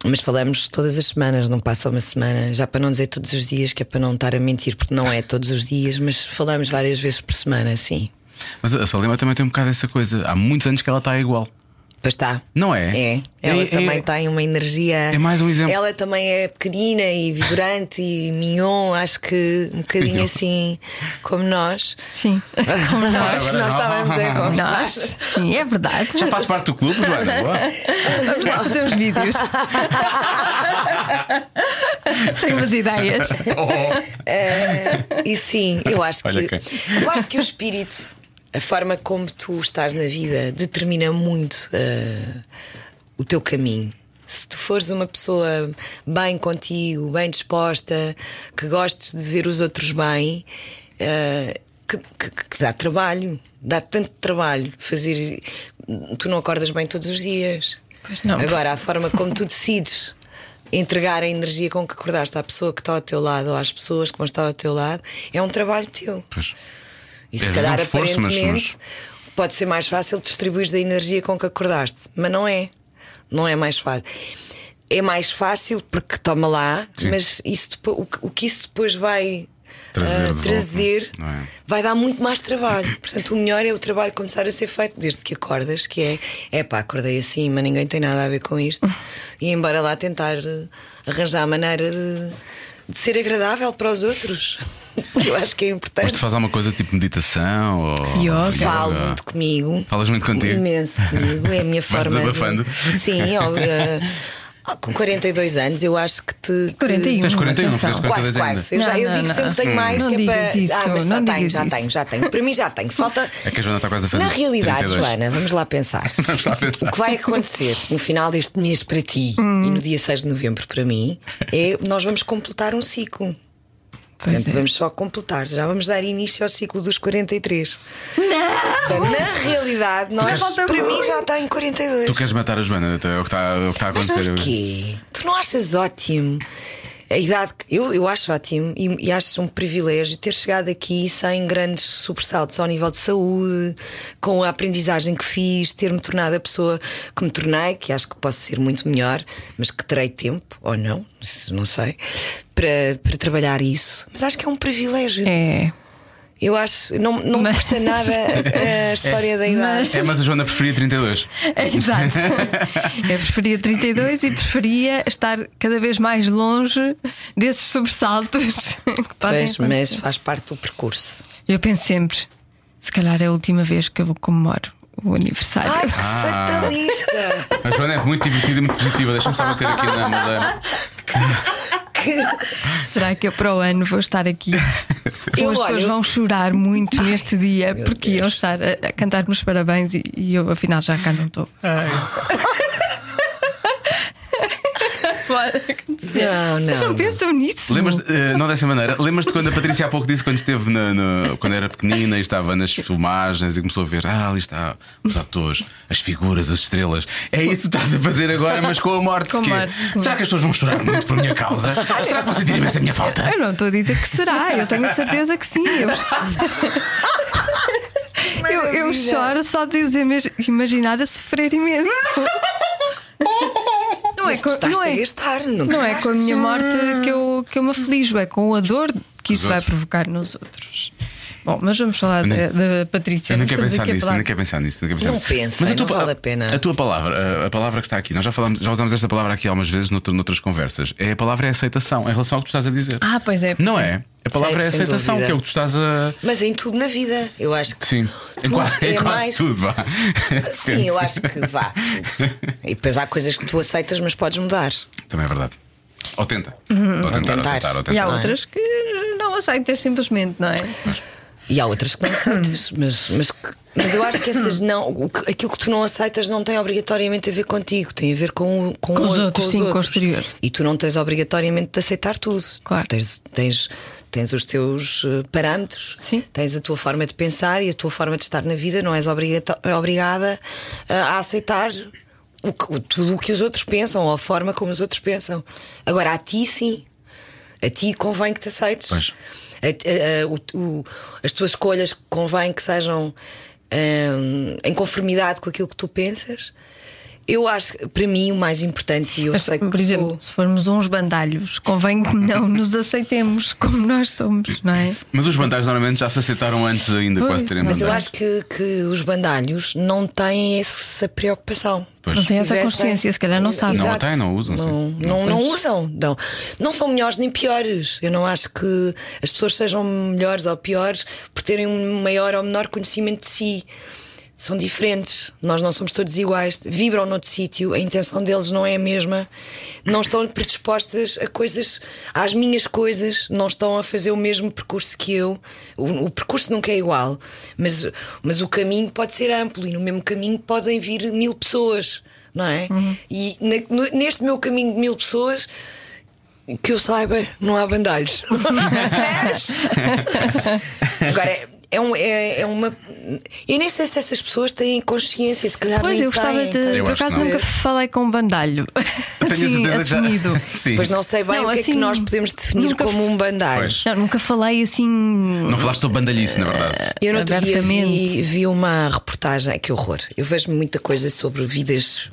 mas falamos todas as semanas, não passa uma semana, já para não dizer todos os dias, que é para não estar a mentir, porque não é todos os dias, mas falamos várias vezes por semana, sim. Mas a Salema também tem um bocado essa coisa. Há muitos anos que ela está igual. Pois está. Não é? É. Ela É- também é- tem uma energia. É mais um exemplo. Ela também é pequenina e vibrante e mignon, acho que um bocadinho Mignon. assim como [laughs] nós. Sim. Como nós. Acho que nós estávamos a conversar. Nós. Sim, é verdade. Já faz parte do clube, [laughs] Joana. Boa. Vamos lá fazer uns vídeos. Tenho umas ideias. Oh. E sim, eu acho que Olha quem. eu acho que o espírito, a forma como tu estás na vida determina muito eh, o teu caminho. Se tu fores uma pessoa bem contigo, bem disposta, que gostes de ver os outros bem, eh, que, que- que dá trabalho, dá tanto trabalho fazer. Tu não acordas bem todos os dias. Pois não. Agora, a forma como tu decides entregar a energia com que acordaste à pessoa que está ao teu lado ou às pessoas que vão estar ao teu lado é um trabalho teu. Pois. E É, se mas calhar, é um esforço, mas- aparentemente, pode ser mais fácil distribuir a energia com que acordaste, mas não é. Não é mais fácil. É mais fácil porque toma lá, Sim. mas isso depo- o, que- o que isso depois vai Trazer de a volta, trazer, não é? vai dar muito mais trabalho. [coughs] Portanto, o melhor é o trabalho começar a ser feito desde que acordas, que é, é pá, acordei assim, mas ninguém tem nada a ver [laughs] com isto. E embora lá tentar eh, arranjar a maneira de, de ser agradável para os outros. [laughs] Eu acho que é Mas tu importante. fazes alguma coisa tipo meditação ou. Yoga. Falo muito comigo. Falas muito contigo? Imenso comigo. É a minha [laughs] Vais forma. desabafando. De... [laughs] Sim, ó, eh, ó, com 42 anos, eu acho que te. que- 41. Tens 41, não fizeste atenção. Quase, 42 ainda. quase. Eu, já, Não, eu não, digo não. sempre que tenho mais, Não que é digas para. isso, ah, mas já não tenho, digas já isso. tenho, já tenho. Para mim já tenho. Falta. É que a Joana está quase a fazer. Na realidade, 32. Joana, vamos lá pensar. [laughs] Vamos lá pensar. O que vai acontecer no final deste mês para ti Hum. e no dia 6 de novembro para mim é nós vamos completar um ciclo. Pois Portanto, é. vamos só completar, já vamos dar início ao ciclo dos 43. Não! na realidade, nós, falta para mim muito. já está em 42. Tu queres matar a Joana, é o que está, é o que está a Mas acontecer. porquê? Tu não achas ótimo a idade que. Eu, eu acho ótimo e, e acho um privilégio ter chegado aqui sem grandes sobressaltos ao nível de saúde, com a aprendizagem que fiz, ter-me tornado a pessoa que me tornei, que acho que posso ser muito melhor, mas que terei tempo, ou não, isso não sei, para, para trabalhar isso. Mas acho que é um privilégio. É. Eu acho. Não, não me Mas- custa nada [laughs] a, a história da idade. É, mas a Joana preferia 32. É, [laughs] Exato. Eu preferia 32 e preferia estar cada vez mais longe desses sobressaltos que podem Pois, mas acontecer. faz parte do percurso. Eu penso sempre, se calhar é a última vez que eu vou comemorar o aniversário. Ai, que Ah. fatalista! A Joana é muito divertida e muito positiva. Deixa-me só bater aqui na madeira. Será que eu para o ano vou estar aqui? Eu Ou as pessoas olho- vão chorar muito neste dia meu porque Deus. iam estar a, a cantar-me os parabéns e, e eu afinal já cá não estou. Ah, Pode acontecer. Não, Vocês não não, pensam nisso? Lembras, eh, não dessa maneira, lembras-te quando a Patrícia há pouco disse quando esteve na- na- quando era pequenina e estava nas filmagens e começou a ver, ah, ali está os atores, as figuras, as estrelas. É isso que estás a fazer agora, mas com a morte. Com a que- morte, sim. Será que as pessoas vão chorar muito por minha [laughs] causa? Será que vão sentir imensa é a minha falta? Eu não estou a dizer que será, eu tenho a certeza que sim. [laughs] Eu, eu, eu Maravilha. choro só de os ime- imaginar a sofrer [laughs] imenso. Não é, Mas tu com- estás não a é, gastar, não, não é com a gastes. minha morte que eu, que eu me aflijo, é com a dor que isso vai outros. provocar nos outros. Bom, mas vamos falar Eu da, nem- da Patrícia. Eu não não quero estamos pensar aqui a nisso, eu falar- não quero pensar nisso. Não, quero pensar Não nisso. pensa, a tua, não vale pa- a pena. A tua palavra, a, a palavra que está aqui, nós já, falamos, já usamos esta palavra aqui algumas vezes noutro, noutras conversas. É, a palavra é aceitação em relação ao que tu estás a dizer. Ah, pois é, pois Não é. é? A palavra é Sim, sem aceitação, dúvida. que é o que tu estás a. Mas em tudo na vida, eu acho que. [laughs] Sim. É Tudo quase, é é quase mais- tudo, vá. [laughs] Sim, eu acho que vá. E depois há coisas que tu aceitas, mas podes mudar. [laughs] Também é verdade. Ou tenta. Ou tentar, ou Uhum. tentar. tentar, ou E há é? tentar. outras que não aceitas simplesmente, não é? E há outras que não Hum. aceitas. Mas, mas, que- mas eu acho que essas não. o que- Aquilo que tu não aceitas não tem obrigatoriamente a ver contigo, tem a ver com, o- com, Com o- os outros, sim, com o exterior. E tu não tens obrigatoriamente de aceitar tudo. Claro. Tens, tens, tens os teus eh, parâmetros, Sim. tens a tua forma de pensar e a tua forma de estar na vida, não és obrigato- obrigada ah, a aceitar. o que- o- tudo o que os outros pensam ou a forma como os outros pensam. Agora, a ti sim. A ti convém que te aceites. Pois. A- a- a- o- o- as tuas escolhas convém que sejam hum, em conformidade com aquilo que tu pensas. Eu acho, que, para mim, o mais importante, e eu [laughs] Mas, sei que por exemplo, sou- se formos uns bandalhos, convém [laughs] que não nos aceitemos como nós somos, não é? Mas os bandalhos normalmente já se aceitaram antes ainda, Pois, quase terem mas Mas eu bandalhos. acho que, que os bandalhos não têm essa preocupação. Pois. Não têm essa Tivessem- consciência, se calhar não sabem. Não a Exato. têm, não a usam, Não, sim. não, não usam. Não. não são melhores nem piores. Eu não acho que as pessoas sejam melhores ou piores por terem um maior ou menor conhecimento de si. São diferentes. Nós não somos todos iguais. Vibram noutro sítio. A intenção deles não é a mesma. Não estão predispostas a coisas, às minhas coisas. Não estão a fazer o mesmo percurso que eu. O, o percurso nunca é igual. Mas, mas o caminho pode ser amplo. E no mesmo caminho podem vir mil pessoas não é? Uhum. E na- no- neste meu caminho de mil pessoas, que eu saiba, não [laughs] há bandalhos. Mas- Agora, é- é, um- é- é uma. Eu nem sei se essas pessoas têm consciência, se calhar Pois, nem eu gostava têm, tá? de. estás a Eu Por acho acaso que não. nunca falei com um bandalho. Eu [laughs] tenho a Sim, certeza que já- assumido. [laughs] Sim. Pois não sei bem Não, o que é assim, que nós podemos definir nunca- como um bandalho. Pois. Não, nunca falei assim. Não falaste sobre bandalhice, na verdade. Eu no outro dia Abertamente. vi, vi uma reportagem, que horror. Eu vejo muita coisa sobre eh, vidas,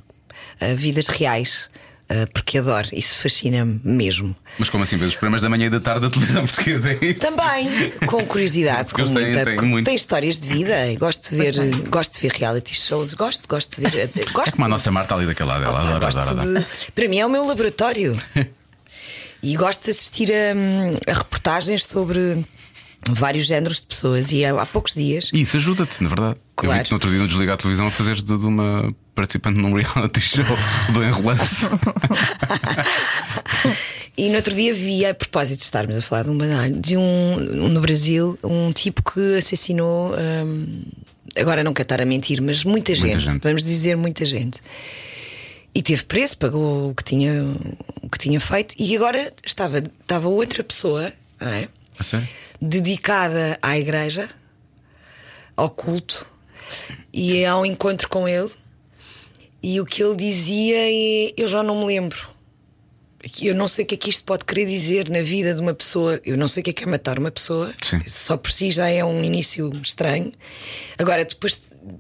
ah, vidas reais. ah, porque adoro, isso fascina-me mesmo. Mas como assim? Vês os programas da manhã e da tarde da televisão [laughs] portuguesa? É isso? Também, com curiosidade, Porque com eles têm- muita, têm com- muito. tem histórias de vida. e Gosto de ver, gosto de ver reality shows, gosto, gosto de ver. eh, Gosto É como a nossa Marta ali daquele lado. Ela Pá, adora, gosto adora, adora. de- Para mim é o meu [laughs] laboratório. e gosto de assistir a, a reportagens sobre vários géneros de pessoas. E há, há poucos dias. E isso ajuda-te, na verdade. Eu Claro. vi-te no outro dia não desligar a televisão a fazeres de, de uma participante num [laughs] reality show do enrolance. [laughs] E no outro dia vi, a propósito de estarmos a falar de um banalho, de um, um no Brasil, um tipo que assassinou. hum, agora não quero estar a mentir, mas muita gente, gente. Vamos dizer muita gente. E teve preço, pagou o que tinha, o que tinha feito. E agora estava, estava outra pessoa. Não é? A sério? dedicada à igreja, ao culto, e há um encontro com ele. E o que ele dizia é: Eu já não me lembro. Eu não sei o que é que isto pode querer dizer na vida de uma pessoa. Eu não sei o que é que é matar uma pessoa. Sim. Só por si já é um início estranho. Agora, depois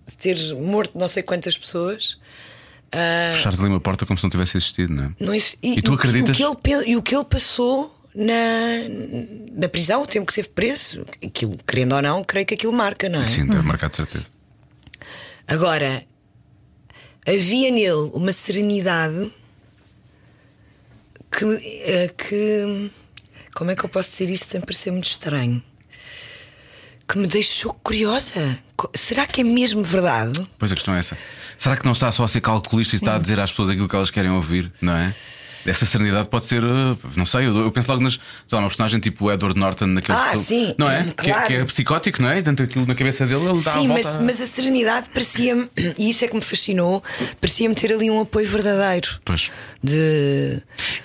de ter morto não sei quantas pessoas. ah, Fechares ali uma porta como se não tivesse existido, não é? Não existe- E tu o que- acreditas? O que ele, pe- e o que ele passou na, na prisão, o tempo que teve preso, aquilo, querendo ou não, creio que aquilo marca, não é? Sim, deve marcar de certeza. Agora, havia nele uma serenidade que, eh, que. Como é que eu posso dizer isto sem parecer muito estranho? Que me deixou curiosa. Co- Será que é mesmo verdade? Pois a questão é essa. Será que não está só a ser calculista e está a dizer às pessoas aquilo que elas querem ouvir, não é? Essa serenidade pode ser, uh, não sei, eu, eu penso logo nas. Sei lá, uma personagem tipo o Edward Norton naquele. Ah, filme, sim, Não é? claro. Que, que é psicótico, não é? Tanto aquilo na cabeça dele, ele dá Sim, a volta. mas, mas a serenidade parecia-me, [clears throat] e isso é que me fascinou, parecia-me ter ali um apoio verdadeiro. Pois. De.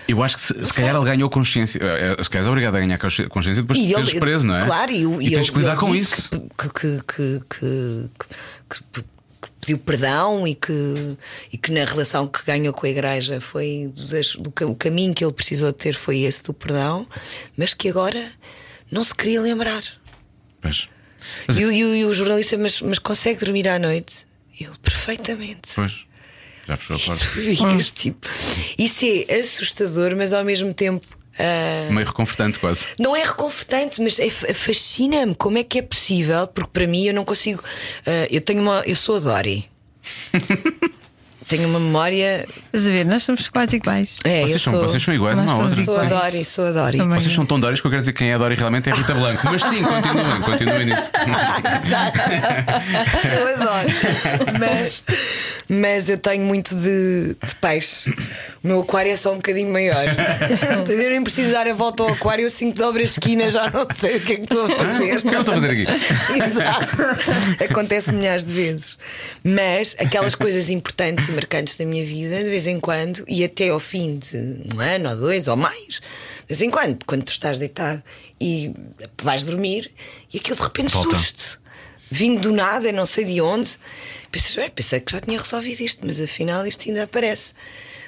Eu acho que se, se calhar ele ganhou consciência. eh, eh, Se calhar és obrigado a ganhar consci- consciência depois de seres preso, não é? Claro, e, o- e tens ele- que lidar ele com disse isso. Que, que, que, que- que- que- que pediu perdão e que, e que na relação que ganhou com a igreja foi das- do, ca- o caminho que ele precisou de ter foi esse do perdão, mas que agora não se queria lembrar. Pois. Mas- E, o- e o- e o jornalista, mas, mas consegue dormir à noite? Ele perfeitamente. Pois. Já fechou a porta. [laughs] Isto, ficas, tipo, isso é assustador, mas ao mesmo tempo. ah, Meio reconfortante, quase. não é reconfortante, mas é, fa- fascina-me como é que é possível, porque para mim eu não consigo. ah, eu tenho uma. Eu sou [laughs] a Dori. tenho uma memória. Estás a ver, nós somos quase iguais. É, Vocês eu são- sou, vocês [laughs] são iguais uma à nós outra. somos sou a iguais. Dori, sou a Dori. Também. Vocês são tão Doris que eu quero dizer que quem é Doris realmente é a Rita Blanco. Mas sim, continuem, continuem [laughs] nisso. Ah, Exato. eu adoro. Mas, mas eu tenho muito de, de peixe. O meu aquário é só um [laughs] bocadinho maior. De eu nem precisar a volta ao aquário, eu sinto dobra a esquina, já não sei o que é que estou a fazer. O que é que eu estou a fazer aqui? [laughs] Exato. Acontece milhares de vezes. Mas aquelas coisas importantes e marcantes da minha vida, de vez em quando, e até ao fim de um ano ou dois ou mais, de vez em quando, quando tu estás deitado e vais dormir, e aquilo de repente Volta. surge-te. Vindo do nada, não sei de onde. Pensas, "Ué, pensei que já tinha resolvido isto, mas afinal isto ainda aparece.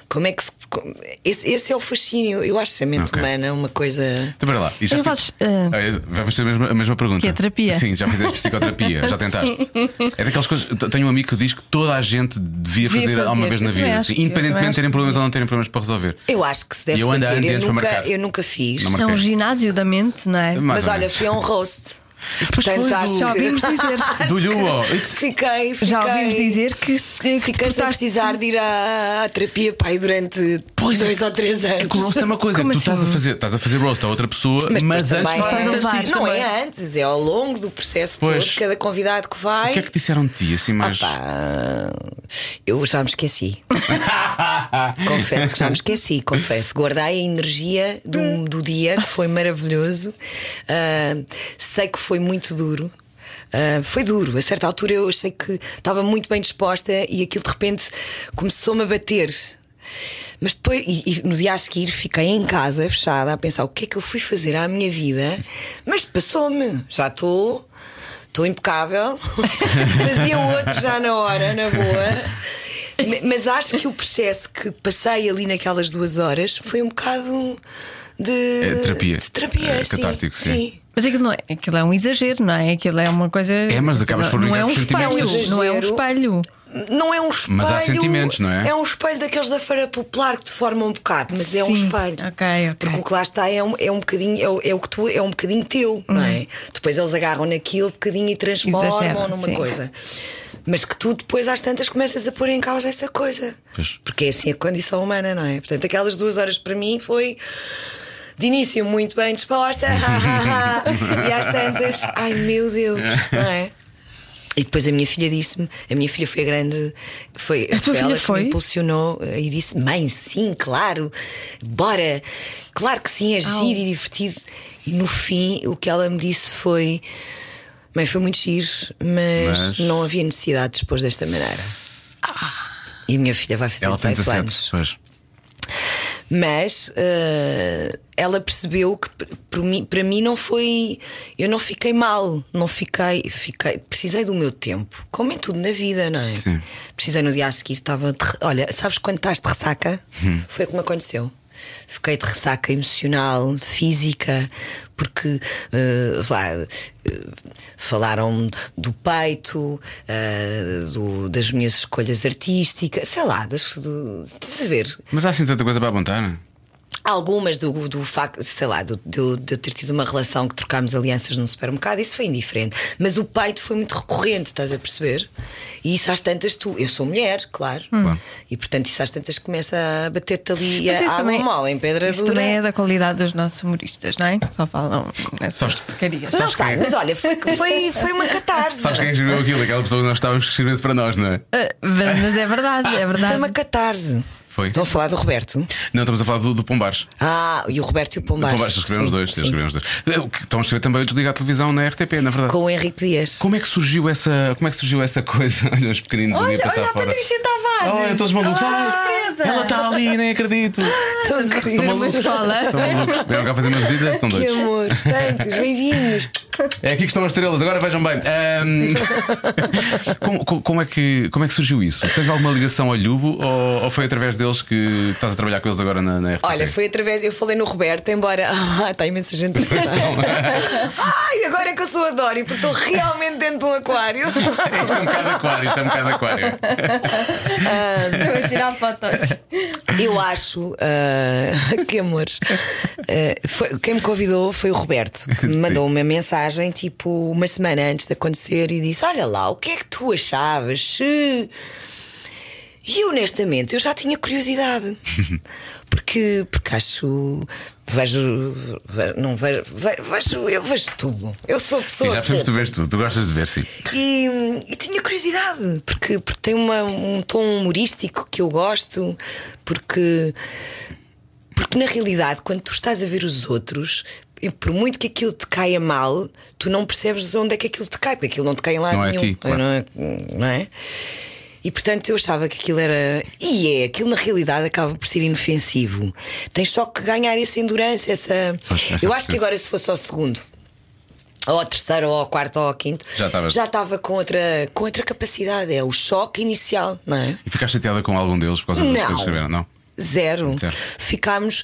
Como é que se. como- Esse, esse é o fascínio. Eu acho que a mente Ok. humana é uma coisa. Então, pera lá. E Eu não fiz- faço, ah. Ah, eu- Vamos ter a mesma, a mesma pergunta. Que é terapia. Sim, já fizeste psicoterapia, já [laughs] tentaste. É daquelas coisas. eu Tenho um amigo que diz que toda a gente devia fazer, Devia alguma fazer. vez na Eu também vida, acho assim, que- eu também independentemente de acho terem que problemas ou não terem problemas para resolver. Eu acho que se deve E eu ando fazer. antes e eu, antes para nunca, marcar. eu nunca fiz. Não É um marquei. ginásio da mente, não é? Mais Mas ou olha, menos. fui a um roast. E, foi, portanto, do- acho já que- [laughs] ouvimos dizer. Do Luo. Fiquei, fiquei. Já ouvimos dizer que, que te Fiquei sem portaste- precisar de ir à, à terapia pai, durante dois ou três anos. É que o roast é uma coisa, Como que tu estás a assim? fazer, estás a fazer roast a outra pessoa, mas, Mas, depois antes também fazes fazes a assim. levar. Não também. é antes, é ao longo do processo Pois. todo, cada convidado que vai. O que é que disseram de ti, assim, mais. Opa, eu já me esqueci. confesso que já me esqueci, confesso. Guardei a energia do, do dia, que foi maravilhoso. Ah, sei que foi muito duro. Ah, foi duro, a certa altura eu achei que estava muito bem disposta e aquilo de repente começou-me a bater. Mas depois, e, e no dia a seguir, fiquei em casa, fechada, a pensar o que é que eu fui fazer à minha vida, mas passou-me, já estou. Estou [laughs] impecável, fazia outro já na hora, na boa. Ma- Mas acho que o processo que passei ali naquelas duas horas foi um bocado de É, terapia. de terapia, É, sim, catártico, sim. Mas aquilo, não é, aquilo é um exagero, não é? Aquilo é uma coisa. É, mas acabas por não é brincar um com os sentimentos espelho. do- Não é um Exagero. espelho. Não é um espelho. Mas há sentimentos, não é? É um espelho daqueles da Feira Popular que te forma um bocado, mas é um Sim, espelho. ok, ok. Porque o que lá está é um, é um bocadinho, é o, é o que tu é um bocadinho teu, não Uhum. é? Depois eles agarram naquilo um bocadinho e transformam Exageram, numa sim. coisa. Mas que tu depois às tantas começas a pôr em causa essa coisa. [laughs] Pois. Porque é assim a condição humana, não é? Portanto, aquelas duas horas para mim foi. De início, muito bem disposta, [laughs] e às tantas, ai meu Deus, não é? E depois a minha filha disse-me, a minha filha foi a grande, foi, A tua foi filha ela foi? que me impulsionou eh, e disse: Mãe, sim, claro, bora, claro que sim, é Au. giro e divertido. E no fim, o que ela me disse foi: Mãe, foi muito giro, mas, Mas- não havia necessidade de expor desta maneira. E a minha filha vai fazer Ela tem 18 anos. 17. Pois. Mas eh, ela percebeu que p- por mim- para mim não foi. Eu não fiquei mal, não fiquei, fiquei. Precisei do meu tempo, como em tudo na vida, não é? Sim. Precisei no dia a seguir, estava. de re- Olha, sabes quando estás de ressaca? Foi o que me aconteceu. Fiquei de ressaca emocional, física, porque eh, sei lá, eh, falaram do peito, eh, do- das minhas escolhas artísticas, sei lá, das, do, estás a ver? Mas há assim tanta coisa para apontar, não é? Algumas do, do facto, sei lá, do, do- de eu ter tido uma relação que trocámos alianças num supermercado, isso foi indiferente. Mas o peito foi muito recorrente, estás a perceber? E isso às tantas tu. Eu sou mulher, claro. E portanto isso às tantas começa a bater-te ali Hum. Mas a isso água também- mole, é em pedra Isso dura. também é da qualidade dos nossos humoristas, não é? Só falam essas porcarias. Não sei, mas olha, foi, foi, foi uma catarse. é. Sabes quem é que [laughs] escreveu aquilo? Aquela pessoa que nós estávamos que escreveu para nós, não é? Ah, Mas mas é verdade, é Foi verdade. uma catarse. Foi. Estão a falar do Roberto? Não, estamos a falar do, do Pombares. Ah, e o Roberto e o Do Pombar. Pombares, escrevemos dois. Escrevemos dois. O que Estão a escrever também o desligar a televisão na RTP, na verdade. Com o Henrique Dias. Como é que surgiu essa, como é que surgiu essa coisa? [laughs] Olha os pequeninos ali a Olha, passar olha a fora. Patrícia Tavares! Olha, todos malucos. Olá, Ai, surpresa! ela está ali, nem acredito. Ser uma escola. Estão malucos. Vieram cá fazer uma visita, estão Que um, dois. amor, tantos beijinhos. [laughs] É aqui que estão as estrelas, agora vejam bem. Ahm, [laughs] como, como- como é que, como é que surgiu isso? Tens alguma ligação ao Lhubo ou, ou foi através deles que estás a trabalhar com eles agora na, na RTP? Olha, foi através. Eu falei no Roberto, embora. [laughs] Ah, está imensa gente a contar. [laughs] Ai, agora é que eu sou a Dori, porque estou realmente dentro de um aquário. Isto é um bocado aquário, isto é um bocado aquário. Vou tirar fotos. Eu acho. ah, [laughs] que amores. Ah, foi- quem me convidou foi o Roberto, que me mandou uma mensagem, tipo, uma semana antes de acontecer, e disse: Olha lá, o que é que tu achavas se. E honestamente, eu já [laughs] tinha curiosidade. Porque, porque acho. Vejo. ve- Não vejo, ve- vejo. Eu vejo tudo. Eu sou pessoa. Sim, já percebes que tu preta. vês tudo, tu gostas de ver, sim. E, e tinha curiosidade, porque, porque tem uma- um tom humorístico que eu gosto, porque, porque na realidade, quando tu estás a ver os outros, e por muito que aquilo te caia mal, tu não percebes onde é que aquilo te cai, porque aquilo não te cai lá Não é a nenhum. ti, claro. não, é, não é? E portanto eu achava que aquilo era. E é, aquilo na realidade acaba por ser inofensivo. Tens só que ganhar essa endurance, essa. Pois, essa eu acho persistência. que agora se fosse ao segundo. Ou ao terceiro, ou ao quarto, ou ao quinto Já estavas- já estava com outra, com outra capacidade, é o choque inicial, não é? E ficaste chateada com algum deles por causa das Não. coisas que escreveram, não? Zero. Certo. Ficámos.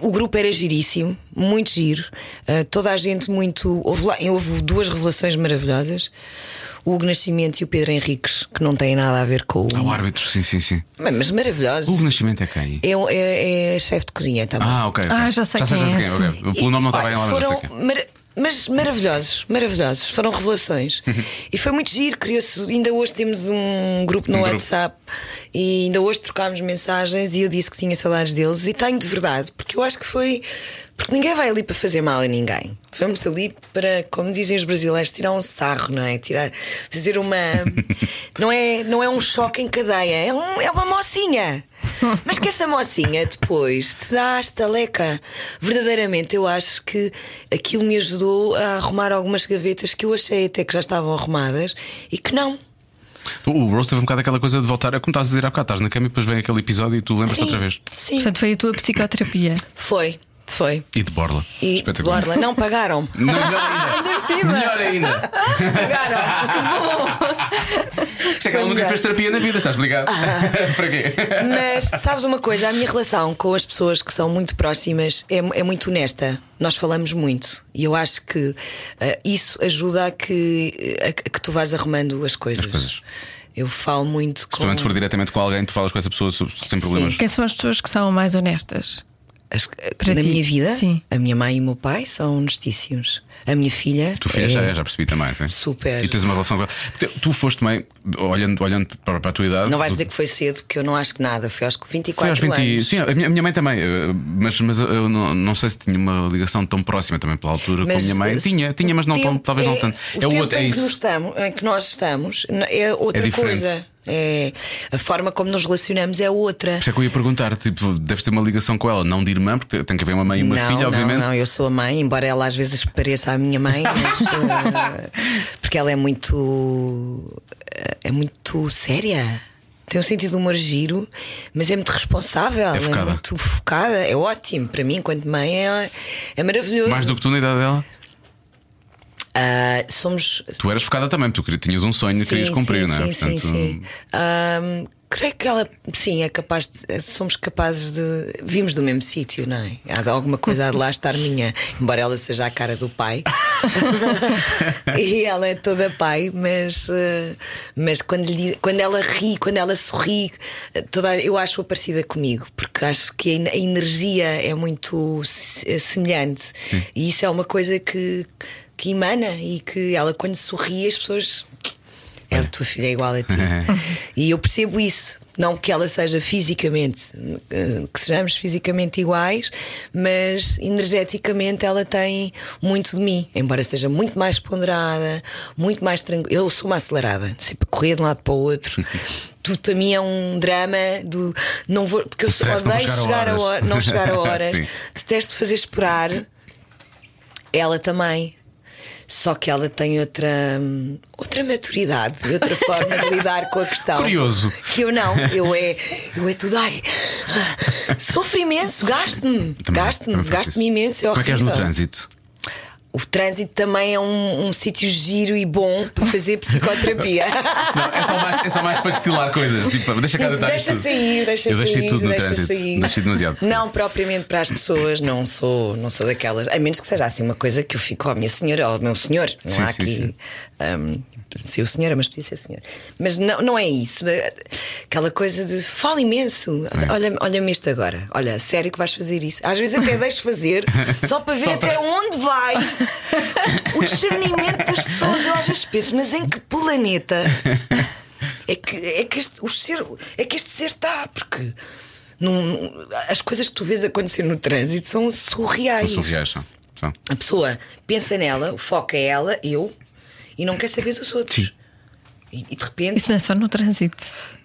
O grupo era giríssimo, muito giro. ah, toda a gente muito. Houve, lá- houve duas revelações maravilhosas: o Hugo Nascimento e o Pedro Henriques, que não têm nada a ver com o. Ah, o árbitro, sim, sim, sim. Mas, mas maravilhosos. O Hugo Nascimento é quem? É, um- é- é chefe de cozinha também. Ah, ok. ok. Ah, já sei quem sabes é, ok. Pelo nome não estava em lá, mas já sei foram quem. mar- mas maravilhosos, maravilhosos. Foram revelações. Uhum. e foi muito giro, criou-se. Ainda hoje temos um grupo no Um grupo. WhatsApp e ainda hoje trocámos mensagens e eu disse que tinha saudades deles e tenho de verdade, porque eu acho que foi. Porque ninguém vai ali para fazer mal a ninguém. Vamos ali para, como dizem os brasileiros, tirar um sarro, não é? Tirar, [laughs] fazer uma. não, é, não é um choque em cadeia, é, um- é uma mocinha. Mas que essa mocinha depois te dá estaleca. Verdadeiramente, eu acho que aquilo me ajudou a arrumar algumas gavetas que eu achei até que já estavam arrumadas e que não. O Rose teve um bocado aquela coisa de voltar, é como estás a dizer há bocado, estás na cama e depois vem aquele episódio e tu lembras-te outra vez. sim. Portanto, foi a tua psicoterapia. Foi, foi. E de Borla. E Espetacular. Borla, [laughs] não pagaram. Não, Melhor [laughs] ainda. Ainda por cima. Melhor ainda. pagaram. Por isso é que ela nunca melhor. Ah. fez terapia na vida, estás ligado? [laughs] Para quê? Mas sabes uma coisa, a minha relação com as pessoas que são muito próximas é, mu- é muito honesta. Nós falamos muito e eu acho eh, que ah, isso ajuda a que, a, que- a que tu vás arrumando as coisas. coisas. Eu falo muito com Principalmente se for diretamente com alguém, tu falas com essa pessoa so- sem problemas. Quem são as pessoas que são mais honestas? as- eh, Para na ti, minha vida. sim. A minha mãe e o meu pai são honestíssimos. A minha filha. Tu filha é- já é, já percebi também. Sim. Super. E tens uma relação com ela. Porque Tu foste também, olhando, olhando para, para a tua idade. Não vais tu- dizer que foi cedo, porque eu não acho que nada. Foi aos 24 Foi aos 20. anos. Sim, a minha, a minha mãe também, eh, mas, mas eu não, não sei se tinha uma ligação tão próxima também pela altura com a Mas minha mãe. se- Tinha, tinha, mas não o tão, tempo talvez não tanto. O é o tempo outro, é em, que isso. nós estamos, em que nós estamos n- é outra diferente. coisa. É, a forma como nos relacionamos é outra. Por isso é que eu ia perguntar, tipo, deves ter uma ligação com ela, não de irmã, porque tem que haver uma mãe e uma não, filha, não, obviamente. não, eu sou a mãe, embora ela às vezes pareça a minha [laughs] mãe, mas, eh, porque ela é muito eh, é muito séria. Tem um sentido de humor giro, mas é muito responsável, É focada. muito focada, é ótimo. Para mim, enquanto mãe, é, é maravilhoso. Mais do que tu na idade dela, Ah, somos tu eras focada também, tu querias- tinhas um sonho e querias cumprir, sim, não é? Sim, sim, sim. Ahm, creio que ela, sim, é capaz de, somos capazes de. Vimos do mesmo sítio, não é? Há de alguma coisa há de lá estar minha, embora ela seja a cara [laughs] do pai. e ela é toda pai, mas, eh, mas quando, lhe- quando ela ri, quando ela sorri, eh, toda, eu acho-a parecida comigo, porque acho que a en- a energia é muito se- eh, semelhante. E isso é uma coisa que, que emana e que ela, quando sorri, as pessoas. É, a tua filha é [laughs] igual a ti. e eu percebo isso. Não que ela seja fisicamente, eh, que sejamos fisicamente iguais, mas energeticamente ela tem muito de mim. Embora seja muito mais ponderada, muito mais tranquila. Eu sou uma acelerada, sempre a correr de um lado para o [laughs] outro. Tudo para mim é um drama do. Não vou, porque eu sou- stress de não odeio chegar a chegar a horas. hora- não chegar a [laughs] horas. Sim. Detesto fazer esperar. Ela também. Só que ela tem outra, hum, outra maturidade e outra forma de lidar com a questão. Curioso. Que eu não, eu é, eu é tudo, ai, sofro imenso, gasto-me, Também- gasto-me, também faço gasto-me isso. imenso. É Como é que és no horrível. trânsito? O trânsito também é um, um sítio giro e bom para fazer psicoterapia. [laughs] Não, é só mais, é só mais para destilar coisas. Tipo, deixa cá deitar isto deixa assim, tudo. sair, deixa Eu deixei sair, tudo no deixa trânsito. sair. Deixei demasiado. Não, propriamente para as pessoas, não sou, não sou daquelas. A menos que seja assim uma coisa que eu fico, ó, minha senhora, ó, meu senhor, não Sim, há sim, aqui. sim. hum, sei o senhora, mas podia ser senhor. Mas não, não é isso. Aquela coisa de fala imenso. É. Olha- Olha-me isto agora. Olha, a sério que vais fazer isso. Às vezes [laughs] até deixo fazer, só para ver Só até para- onde vai o discernimento das pessoas. Eu às vezes penso, mas em que planeta é que, é que, este, o ser, é que este ser está? Porque num- as coisas que tu vês acontecer no trânsito são surreais. São surreais, são. São. A pessoa pensa nela, o foco é ela, eu, e não quer saber dos outros. E, e de repente. Isso não é só no trânsito.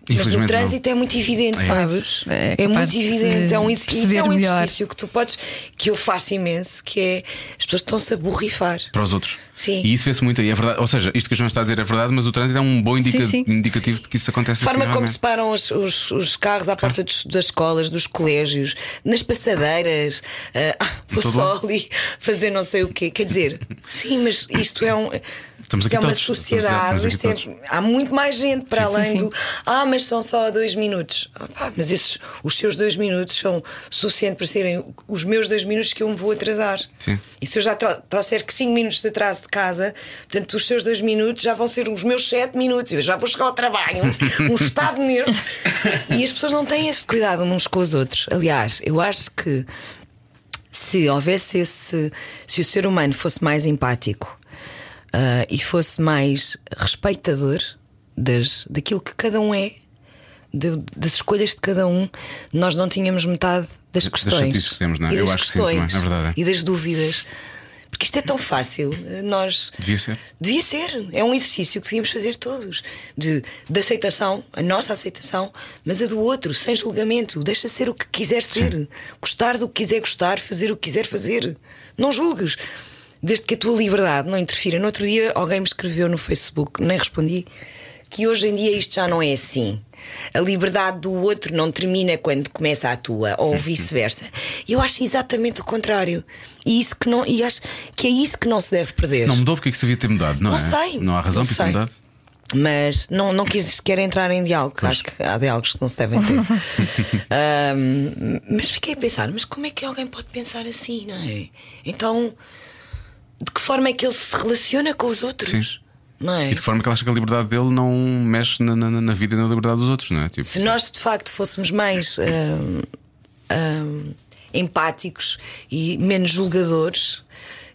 Mas no Infelizmente não. trânsito é muito evidente, É. sabes? É É, capaz muito de evidente. É um, ex- perceber isso é um melhor. exercício que tu podes, que eu faço imenso, que é as pessoas estão-se a borrifar. Para os outros. Sim. E isso vê-se muito aí, é verdade. Ou seja, isto que a Joana está a dizer é verdade, mas o trânsito é um bom indica- Sim, sim. indicativo de que isso acontece A forma assim, como realmente. se param os, os- os carros à porta dos- das escolas, dos colégios, nas passadeiras, [laughs] ah, ah, vou Tudo só bom. ali fazer não sei o quê. Quer dizer, [laughs] sim, mas isto é um. Estamos aqui isto é uma todos. sociedade, Estamos aqui isto é- todos. há muito mais gente para Sim, além sim. do. Ah, mas são só dois minutos. Ah, pá, mas esses, os seus dois minutos são suficiente para serem os meus dois minutos que eu me vou atrasar. Sim. E se eu já tro- trouxer que 5 minutos de atraso de casa, portanto, os seus 2 minutos já vão ser os meus 7 minutos. Eu já vou chegar ao trabalho, um estado de nervo. E as pessoas não têm esse cuidado uns com os outros. Aliás, eu acho que se houvesse esse. Se o ser humano fosse mais empático ah, e fosse mais respeitador das, daquilo que cada um é, de- das escolhas de cada um, nós não tínhamos metade das Das questões. chatices que temos, não é? E Eu das acho que sim, questões também, é verdade, é. e das dúvidas. Porque isto é tão fácil. eh, Nós. Devia ser. Devia ser. É um exercício que devíamos fazer todos. De, de aceitação, a nossa aceitação, mas a do outro, sem julgamento. Deixa ser o que quiser ser. Gostar do que quiser gostar, fazer o que quiser fazer. Não julgues. Desde que a tua liberdade não interfira. No outro dia, alguém me escreveu no Facebook, nem respondi, que hoje em dia isto já não é assim. A liberdade do outro não termina quando começa a tua, ou vice-versa. Eu acho exatamente o contrário. E, isso que não, e acho que é isso que não se deve perder. Não mudou porque é que se devia ter mudado, não, Não é? sei, Não há razão para não isso ter sei. mudado. Mas não, não quis sequer entrar em diálogo. Acho que há diálogos que não se [laughs] devem ter. Ahm, mas fiquei a pensar: mas como é que alguém pode pensar assim, não é? Então, de que forma é que ele se relaciona com os outros? Sim. Não é? E de que forma que ela acha que a liberdade dele não mexe na, na- na vida e na liberdade dos outros, não é? Tipo, Se nós de facto fôssemos mais ahm, ahm, empáticos e menos julgadores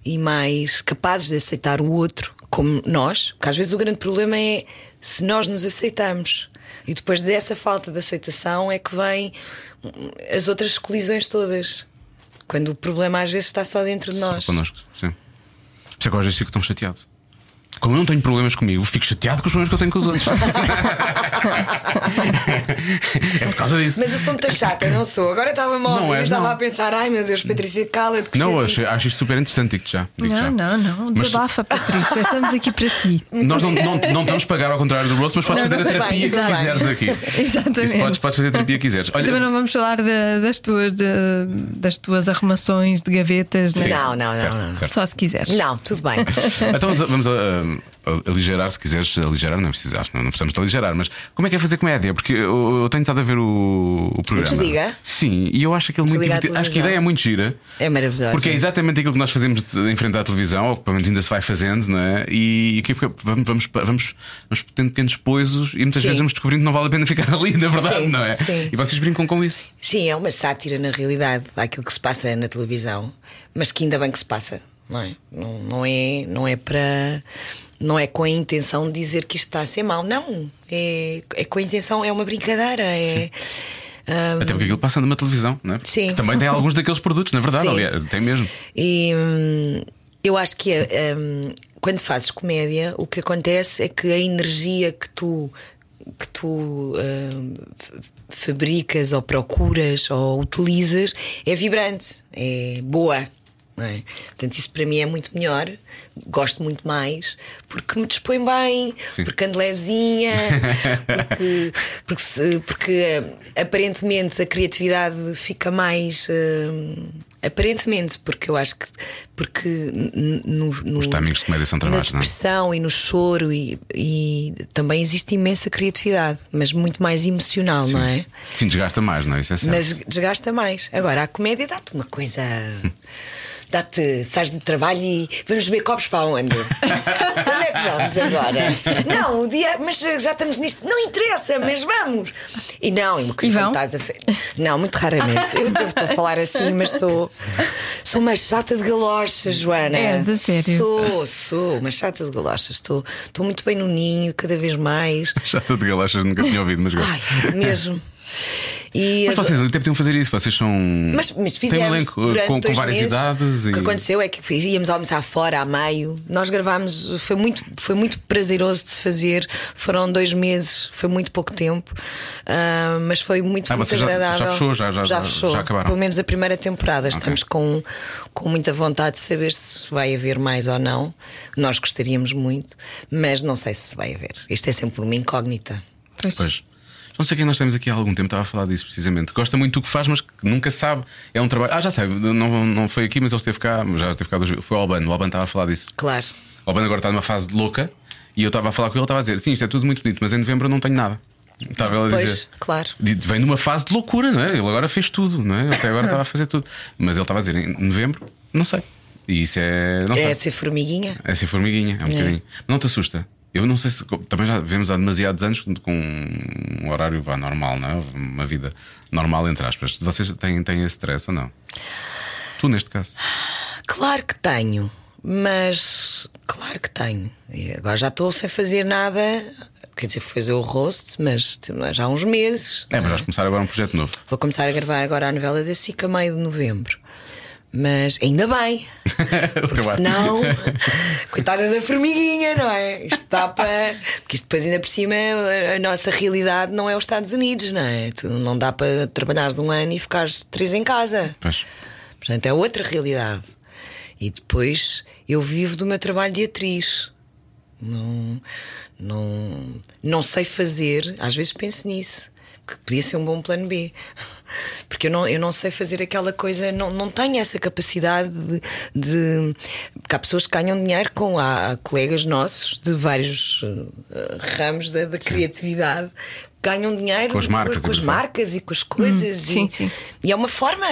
e mais capazes de aceitar o outro como nós, porque às vezes o grande problema é se nós nos aceitamos. E depois dessa falta de aceitação é que vêm hum, as outras colisões todas. Quando o problema às vezes está só dentro de nós. connosco, sim. Por isso é que eu às vezes fico tão chateado. Como eu não tenho problemas comigo, fico chateado com os problemas que eu tenho com os [laughs] outros. é por causa disso. Mas eu sou muito chata, não sou. Agora estava-me a Não ouvir e és, estava não. a pensar: ai meu Deus, Patrícia, cala-te. que Não, eu chatice." acho, acho isto super interessante, digo-te já. digo-te já. Não, não, não. Mas- Desabafa, Patrícia. Estamos aqui para ti. Nós não, não, não estamos a pagar ao contrário do Rose, mas podes Não, fazer não a sei terapia bem, que não sei bem. quiseres aqui. [laughs] Exatamente. Isso podes, podes fazer a terapia que quiseres. Olha, Também não vamos falar de- das, tuas, de- das tuas arrumações de gavetas, né? Sim. Não, não, não, Certo, não. certo. Só se quiseres. Não, tudo bem. [laughs] Então vamos ah, ah, aligerar, se quiseres aligerar, não é precisas, não, não precisamos de aligerar, mas como é que é fazer comédia? Porque eu, eu tenho estado a ver o, o programa. Desliga? Sim, e eu acho aquilo muito Desliga a divertido. Acho que a ideia é televisão. muito gira. É maravilhoso. Porque é exatamente aquilo que nós fazemos de- em frente à televisão, ou que pelo menos ainda se vai fazendo, não é? E, e que- porque vamos, vamos, vamos, vamos tendo pequenos poisos e muitas Sim. vezes vamos descobrindo que não vale a pena ficar ali, na verdade, Sim, não é? sim. E vocês brincam com isso. Sim, é uma sátira na realidade àquilo que se passa na televisão, mas que ainda bem que se passa, não é? Não, não é, não é para. Não é com a intenção de dizer que isto está a ser mau, não. É, é com a intenção, é uma brincadeira. É, Ah, Até porque aquilo passa numa televisão, não é? Sim. Que também tem alguns daqueles produtos, na verdade, Sim. aliás, tem mesmo. E hum, eu acho que hum, quando fazes comédia, o que acontece é que a energia que tu que tu hum, f- fabricas ou procuras ou utilizas é vibrante, é boa. não é? Portanto, isso para mim é muito melhor, gosto muito mais, porque me dispõe bem, Sim. porque [laughs] ando levezinha, porque, porque, se- porque, hum, aparentemente a criatividade fica mais. hum, aparentemente, porque eu acho que. Porque n- n- no, no- Os timings de comédia são na travados, não é? depressão e no choro, e, e também existe imensa criatividade, mas muito mais emocional, não é? Sim, desgasta mais, não é? Isso é Tá. certo. Mas desgasta mais. Agora, a comédia dá-te uma coisa. Dá-te, sais do trabalho e vamos beber copos para [laughs] onde? Onde é que vamos agora? Não, o dia, mas já estamos nisto, não interessa, mas vamos. E não, e uma coisa E vão? quando estás a fe- Não, muito raramente. Eu devo estou a falar assim, mas sou, sou uma chata de galochas, Joana. És, a É, sério? Sou, sou uma chata de galochas. Estou, estou muito bem no ninho, cada vez mais. Chata de galachas, nunca tinha ouvido, mas gosto. Ai, mesmo. E Mas agora- vocês até podiam fazer isso, vocês são. mas, mas Tem um fizemos elenco, uh, durante com, com dois várias meses. idades. O que e- aconteceu é que fiz- íamos almoçar fora a maio. Nós gravámos, foi muito, foi muito prazeroso de se fazer. Foram dois meses, foi muito pouco tempo, ah, mas foi muito, Ah, muito vocês já- já agradável. fechou, já- já- já- fechou. já acabaram? Pelo menos a primeira temporada. Estamos com, com muita vontade de saber se vai haver mais ou não. Nós gostaríamos muito, mas não sei se vai haver. Isto é sempre uma incógnita. Pois. Pois. Não sei quem nós temos aqui há algum tempo, estava a falar disso precisamente. Gosta muito do que faz, mas que nunca sabe. É um trabalho. Ah, já sei, não, não foi aqui, mas ele esteve cá, já esteve cá. duas vezes. Foi o Albano, o Albano estava a falar disso. Claro. O Albano agora está numa fase louca e eu estava a falar com ele, estava a dizer: sim, isto é tudo muito bonito, mas em novembro eu não tenho nada. Estava ele a dizer. Pois, claro. De- Vem numa fase de loucura, não é? Ele agora fez tudo, não é? Ele [laughs] Até agora estava a fazer tudo. Mas ele estava a dizer, em novembro, não sei. E isso é. Não É sei. ser formiguinha? É ser formiguinha, é um bocadinho. Não te assusta. Eu não sei se. Também já vivemos há demasiados anos com um horário vá, normal, não é? Uma vida normal, entre aspas. Vocês têm, têm esse stress ou não? Tu, neste caso. Claro que tenho, mas claro que tenho. E agora já estou sem fazer nada. Quer dizer, fui fazer o roast, mas já há uns meses. É, mas vais começar agora um projeto novo. Vou começar a gravar agora a novela da SICA, meio de novembro. Mas ainda bem, [laughs] porque teu ar. senão, coitada da formiguinha, não é? Isto está para. Porque isto depois, ainda por cima, a- a nossa realidade não é os Estados Unidos, não é? Tu não dá para trabalhares um ano e ficares três em casa. Pois. Portanto, é outra realidade. E depois eu vivo do meu trabalho de atriz. Não, não, não sei fazer, às vezes penso nisso, que podia ser um bom plano B. Porque eu não, eu não sei fazer aquela coisa, não, não tenho essa capacidade de, de. Porque há pessoas que ganham dinheiro com. Há, há colegas nossos de vários eh, ramos da, da criatividade que ganham dinheiro Com as marcas e com as tudo. marcas e com as coisas. Hum, sim, e, sim. e é uma forma.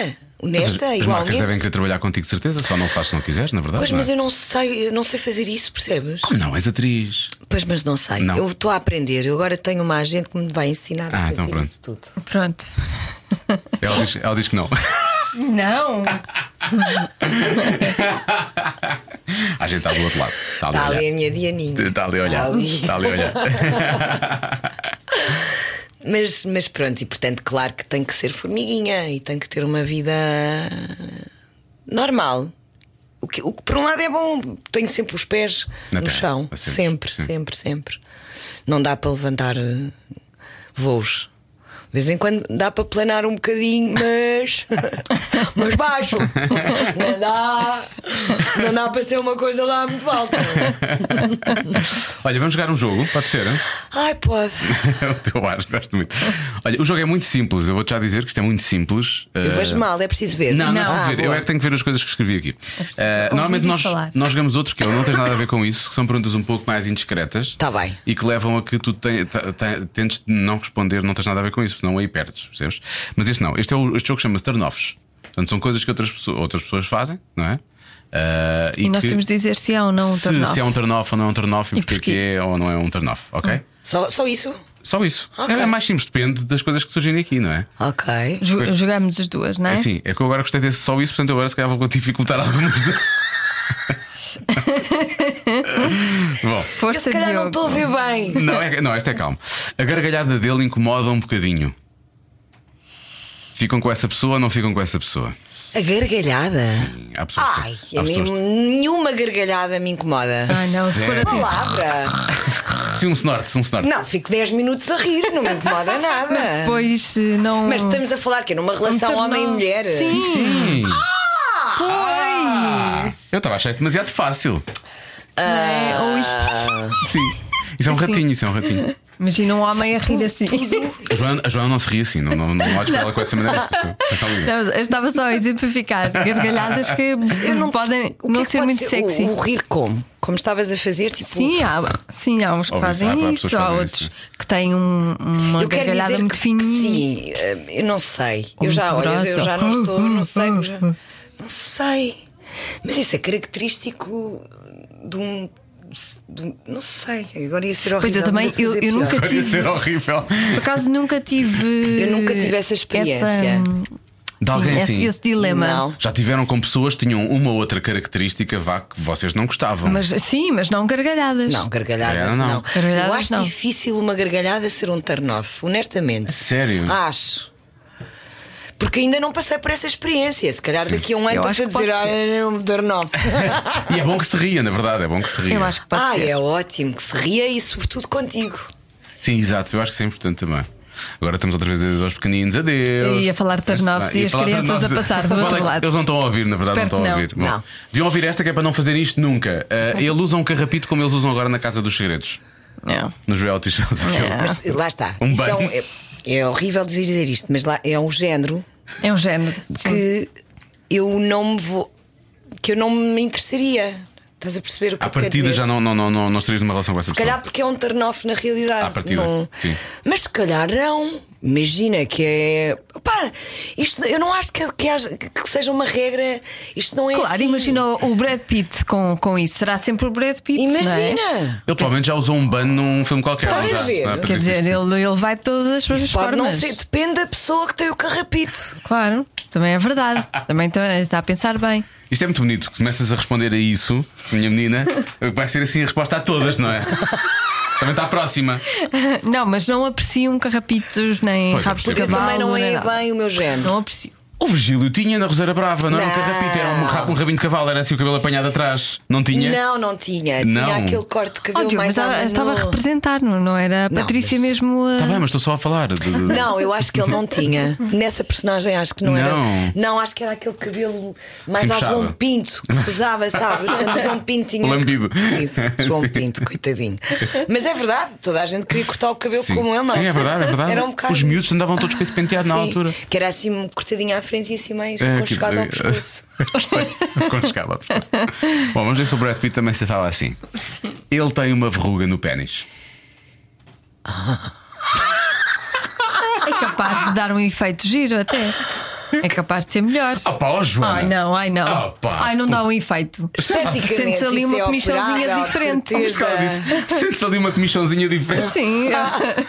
Mas as, honesta, as marcas igualmente. devem é? querer trabalhar contigo, de certeza. Só não fazes se não quiseres, na verdade. Pois, não é? mas eu não sei, eu não sei fazer isso, percebes? Como não? És atriz. Pois, mas não sei. Não. Eu estou a aprender. Eu agora tenho uma agente que me vai ensinar Ah, a fazer então pronto. isso tudo. Pronto. Ela diz, ela diz que não. Não! A gente está do outro lado. Está ali, Está a ali a olhar. minha Dianinha. Está ali a olhar. Está Está Tá ali. ali a olhar. Mas, mas pronto, e portanto, claro que tem que ser formiguinha e tem que ter uma vida normal. O que, o que por um lado é bom, tenho sempre os pés Na no terra, chão. para sempre. Sempre, Sim. sempre, sempre. Não dá para levantar eh, voos. De vez em quando dá para planar um [laughs] bocadinho, mas. mas baixo! Não dá. Não dá para ser uma coisa lá muito [laughs] alta. Olha, vamos jogar um jogo, pode ser? hein? [laughs] Ai, pode. o teu ar, gosto muito. Olha, o jogo é muito simples, eu vou-te já dizer que isto é muito simples. Eu Eh, vejo mal, é preciso ver. Não, não, é Não. preciso Ah, ver. Eu boa. é que tenho que ver as coisas que escrevi aqui. Eh, ouvir normalmente e nós, falar. nós jogamos outro que eu, não tens nada a ver com isso, que são perguntas um pouco mais indiscretas. Tá bem. E que levam a que tu ten- ta- ta- tentes de não responder, não tens nada a ver com isso, senão aí perdes, percebes? Mas este não, este, é o, este jogo chama-se turn-offs. Portanto, são coisas que outras, pessoas- outras pessoas fazem, não é? Eh, E nós que- temos de dizer se é ou não um se, turn se é um turn-off ou não é um turn-off e, E porque porquê? Hum. que é ou não é um turn-off, ok? Só, só isso? Só isso. Ok. É mais simples, depende das coisas que surgirem aqui, não é? Ok. Jogamos as duas, não é? É assim, é que eu agora gostei desse só isso, portanto eu agora se calhar vou dificultar algumas. [laughs] Bom, Eu Força se de calhar não Diogo. estou a ver bem. não, é, não, esta é calma. A gargalhada dele incomoda um bocadinho. Ficam com essa pessoa ou não ficam com essa pessoa? A gargalhada. Sim, há pessoas. que- Ai, há a mim, pessoas que- nenhuma gargalhada me incomoda. Ai não, se for Sério? assim. Palavra! Sim, um snorte, um snorte. Não, fico 10 minutos a rir, não me [laughs] incomoda nada. Mas, Pois eh, não. estamos a falar que é numa relação Então, não. homem e mulher. Sim. Sim. Ah! Pois! Ah, eu estava a achar isto demasiado fácil. Não é? Ou isto. Ah. Sim. Isso é um ratinho, isso é um ratinho. Imagina um homem a rir assim. A Joana, a Joana não se ri assim, não, não, não olhes para ela com essa maneira. É só um- Não, eu estava só a exemplificar gargalhadas que podem O que não é que ser pode muito sexy. O, o rir como? Como estavas a fazer, tipo. Sim, há, sim, há uns que Óbvio, fazem há- há pessoas isso, que há fazem outros isso. que têm um- uma Eu quero gargalhada dizer muito que, que fininha. sim, eh, eu não sei. Ou Eu já, muito olha, eu grossa. já não [laughs] estou, não sei. eu já- não sei. Mas isso é característico de um. de um- não sei, agora ia ser horrível. Pois eu também, ainda eu, fazer eu pior. nunca Ia tive, ser horrível. por acaso nunca tive. Eu nunca tive essa experiência. De alguém esse, assim. esse tipo. dilema. Não. Já tiveram com pessoas que tinham uma ou outra característica vá que vocês não gostavam. Mas sim, mas não gargalhadas. Não, gargalhadas Gargalhada não. não. Gargalhadas eu acho não. difícil uma gargalhada ser um turn-off, honestamente. Sério? Acho. Porque ainda não passei por essa experiência. Se calhar daqui a um Eu ano estou acho a que pode dizer, ah, é um turn-off. E é bom que se ria, na verdade, é bom que se ria. Eu acho que pode ah, ser. é ótimo que se ria e sobretudo contigo. Sim, exato, eu acho que isso é importante também. Agora estamos outra vez a dizer aos pequeninos, adeus. Eu ia falar de turn-offs Ia e as falar de crianças turn-offs. a passar do Qual é outro que- lado. Eles não estão a ouvir, na verdade, Espero não que estão a não. ouvir. Bom, Não. Deviam ouvir esta que é para não fazer isto nunca. [laughs] Ah, ele usa um carrapito como eles usam agora na Casa dos Segredos, Não. nos reality shows. Mas lá está. Um Isso é, banho. um- é- é horrível dizer isto, mas lá é um género É um género. sim. que eu não me vou. que eu não me interessaria. Estás a perceber o que À eu te quero partida dizer? já não, não, não, não, não estarias numa relação com essa Se pessoa. calhar porque é um turn-off na realidade. À partida, não- sim. Mas se calhar não. Imagina que é. Pá, isto, eu não acho que, que haja- que seja uma regra. Isto não é. Claro, assim. imagina o o Brad Pitt com, com isso. Será sempre o Brad Pitt? não é? Imagina! Ele provavelmente já usou um ban num filme qualquer. Estás não é a já- ver? já Quer Quer apareceu. dizer, ele, ele vai de todas as Isso pode não formas. ser. Depende da pessoa que tem o carrapito. Claro, também é [laughs] verdade. Também tá- está a pensar bem. Isto é muito bonito, que começas a responder a isso, minha [laughs] menina, vai ser assim a resposta a todas, não é? Também está próxima. Não, mas não aprecio um carrapitos nem Pois, eu rabos de percebo. Porque cavalo. também não nem é nada. bem o meu género. Não aprecio. O Virgílio tinha na Roseira Brava, não, era um Não. carrapito, era um, ra- um rabinho de cavalo, era assim o cabelo apanhado atrás. Não tinha? Não, não tinha. Não. Tinha aquele corte de Oh, cabelo Diogo, mais mas à a- manu. estava a representar, não, não era a Não, Patrícia mas- mesmo uh, a. Está Tá bem, mas estou só a falar. de- de- Não, eu acho que ele [laughs] não tinha. Nessa personagem acho que não, era. Não. Tipo Não, acho que era aquele cabelo mais Sim, ao puxava. João Pinto que se usava, sabes? Quando o João Pinto tinha. Lambido. Isso, [laughs] João Pinto, coitadinho. Mas é verdade, toda a gente queria cortar o cabelo Sim. como ele, não. Sim, é verdade, é verdade. [laughs] Era um bocado. Os miúdos andavam todos com esse penteado na Sim, altura. Que era assim cortadinho à frente e assim mais É, conchegado ao tipo, pescoço. [laughs] Conchegado ao pescoço. Bom, vamos ver se o Brad Pitt também se fala assim. Ele tem uma verruga no pênis. É capaz de dar um efeito giro até. É capaz de ser melhor. Ah, pá, ó, Joana. Ai não, ai não. Ah, pá. ai, não dá um efeito. Esteticamente, Sentes ali isso uma é comichãozinha operável, diferente. certeza. Mas claro, disse, [laughs] Sentes ali uma comichãozinha diferente. Sim, é.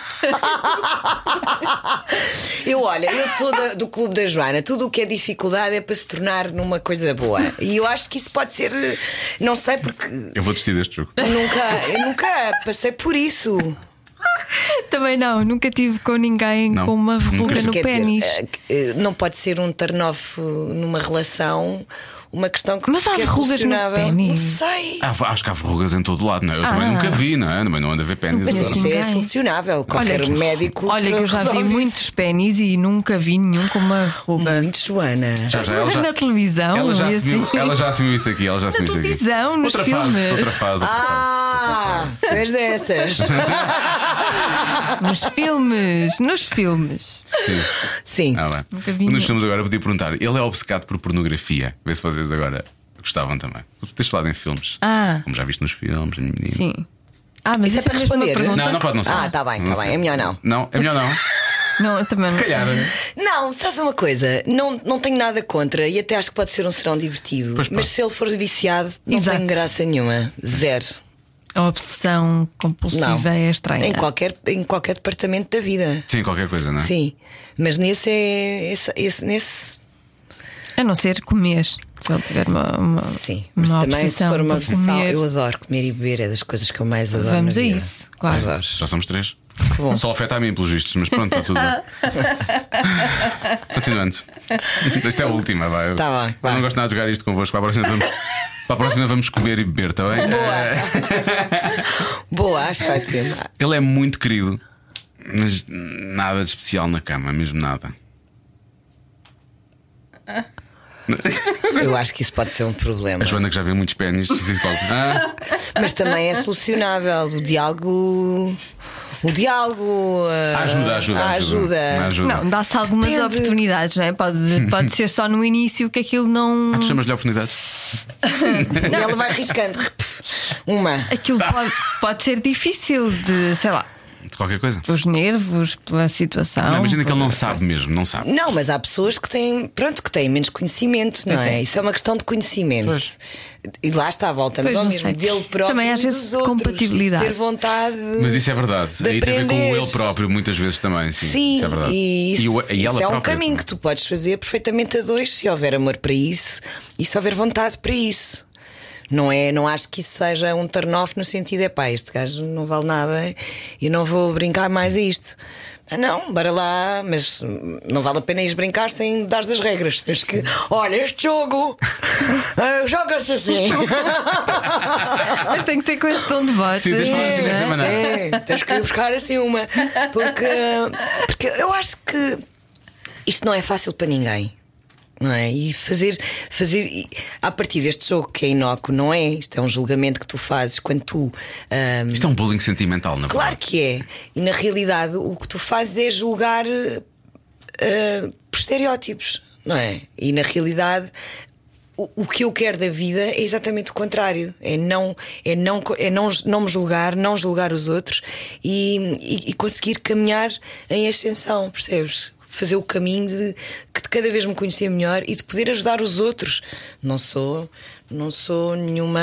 [laughs] Eu olha, eu estou do clube da Joana. Tudo o que é dificuldade é para se tornar numa coisa boa. E eu acho que isso pode ser, eh, não sei porque Eu vou desistir deste jogo. nunca, eu nunca passei por isso. também não. Nunca tive com ninguém Não, com uma nunca verruga tive. no Quer dizer, pênis. eh, que, eh, não pode ser um turn-off numa relação, uma questão que Mas há que é verrugas no solucionável. Não pénis? sei. Ah, acho que há verrugas em todo lado, não é? Eu também Ah. nunca vi, não é? Também não ando a ver pênis. Mas Sim. isso é Ninguém. solucionável. Qualquer que- médico. Olha, que eu já vi resolve muitos pênis e nunca vi nenhum com uma verruga. Muito, Joana. Já, já, ela já, Na televisão, ela já e assumiu, assim. ela já assumiu isso aqui. Ela já assumiu isso aqui. televisão, nos outra Fase, filmes. outra fase, outra Ah, tu és dessas. Nos filmes, nos filmes. fase. Sim. Sim. Ah, bem. Nunca vi Nos nenhum. filmes agora podia perguntar. Ele é obcecado por pornografia. Vê se vocês agora gostavam também. Tens falado em filmes. Ah. Como já viste nos filmes, minha menina. Sim. Ah, mas isso, Isso é para mesmo uma responder? pergunta? Não, não pode não ser. Ah, tá bem, Não tá sei. bem. É melhor não. Não, é melhor [laughs] não. Não, eu também não. Calhar. Não, sabes uma coisa? Não, não tenho nada contra e até acho que pode ser um serão divertido. Pois pá. mas se ele for viciado, não Exato. tem graça nenhuma. Zero. A obsessão Não. compulsiva é estranha. Ah. Em qualquer, em qualquer departamento da vida. Sim, qualquer coisa, não é? Sim. Mas nesse é. Esse, esse- nesse. A não ser comer. Se ele tiver uma. uma Sim. Mas uma também se obsessão for uma por obsessão. comer. Eu adoro comer e beber, é das coisas que eu mais adoro. Vamos na a vida. isso, claro. Adoro. Já somos três. Só afeta a mim, pelos vistos, mas pronto, está tudo [laughs] bem. Continuando. Isto é a última, vai. Tá bem, Eu vai. não gosto nada de jogar isto convosco. Para a próxima [laughs] vamos, para a próxima vamos comer e beber, está bem? Boa, acho [laughs] ótimo. Ele é muito querido, mas nada de especial na cama, mesmo nada. [laughs] Eu acho que isso pode ser um problema. A Joana que já vê muitos pênis, disse logo. Ah, Mas também é solucionável. O diálogo. O diálogo. ah, ajuda, ajuda. ajuda. ajuda. Não, dá-se algumas Depende. oportunidades, não é? Pode, pode ser só no início que aquilo Ah, não. [laughs] tu chamas-lhe oportunidade? Não, ela vai riscando. Uma. Aquilo pode, pode ser difícil de, sei lá, De qualquer coisa? pelos nervos, pela situação. Não, imagina que ele não sabe mesmo, não sabe. Não, mas há pessoas que têm, pronto, que têm menos conhecimento, não é? Isso é uma questão de conhecimento. Pois. E lá está, voltamos Pois, ao não mesmo sei. dele próprio. Também às e dos vezes de outros, compatibilidade. Ter vontade. Mas isso é verdade. de Aí tem a ver com o aprender. ele próprio, muitas vezes também. Sim, Sim, isso é verdade. e isso, o- isso ela é um própria. caminho que tu podes fazer perfeitamente a dois se houver amor para isso e se houver vontade para isso. Não é, não acho que isso seja um turn-off no sentido é pá, este gajo não vale nada e não vou brincar mais a isto. Ah, não, bora lá, mas hum, não vale a pena ires brincar sem dar as regras. Tens que, olha, este jogo [laughs] ah, joga-se assim. [laughs] Mas tem que ser com esse tom de voz. Sim, tens de falar assim não é? dessa maneira. né? Sim, tens que ir buscar assim uma. Porque, porque eu acho que isto não é fácil para ninguém. Não é? E fazer, fazer e, a partir deste jogo que é inócuo, não é? Isto é um julgamento que tu fazes quando tu. ah, ahm, Isto é um bullying sentimental, na claro verdade. que é. E na realidade o que tu fazes é julgar eh, ah, por estereótipos, não é? E na realidade. O o que eu quero da vida é exatamente o contrário. É não, é não, co- é não, não me julgar, não julgar os outros e, e- e conseguir caminhar em ascensão, percebes? Fazer o caminho de, que de cada vez me conhecer melhor e de poder ajudar os outros. Não sou, não sou nenhuma.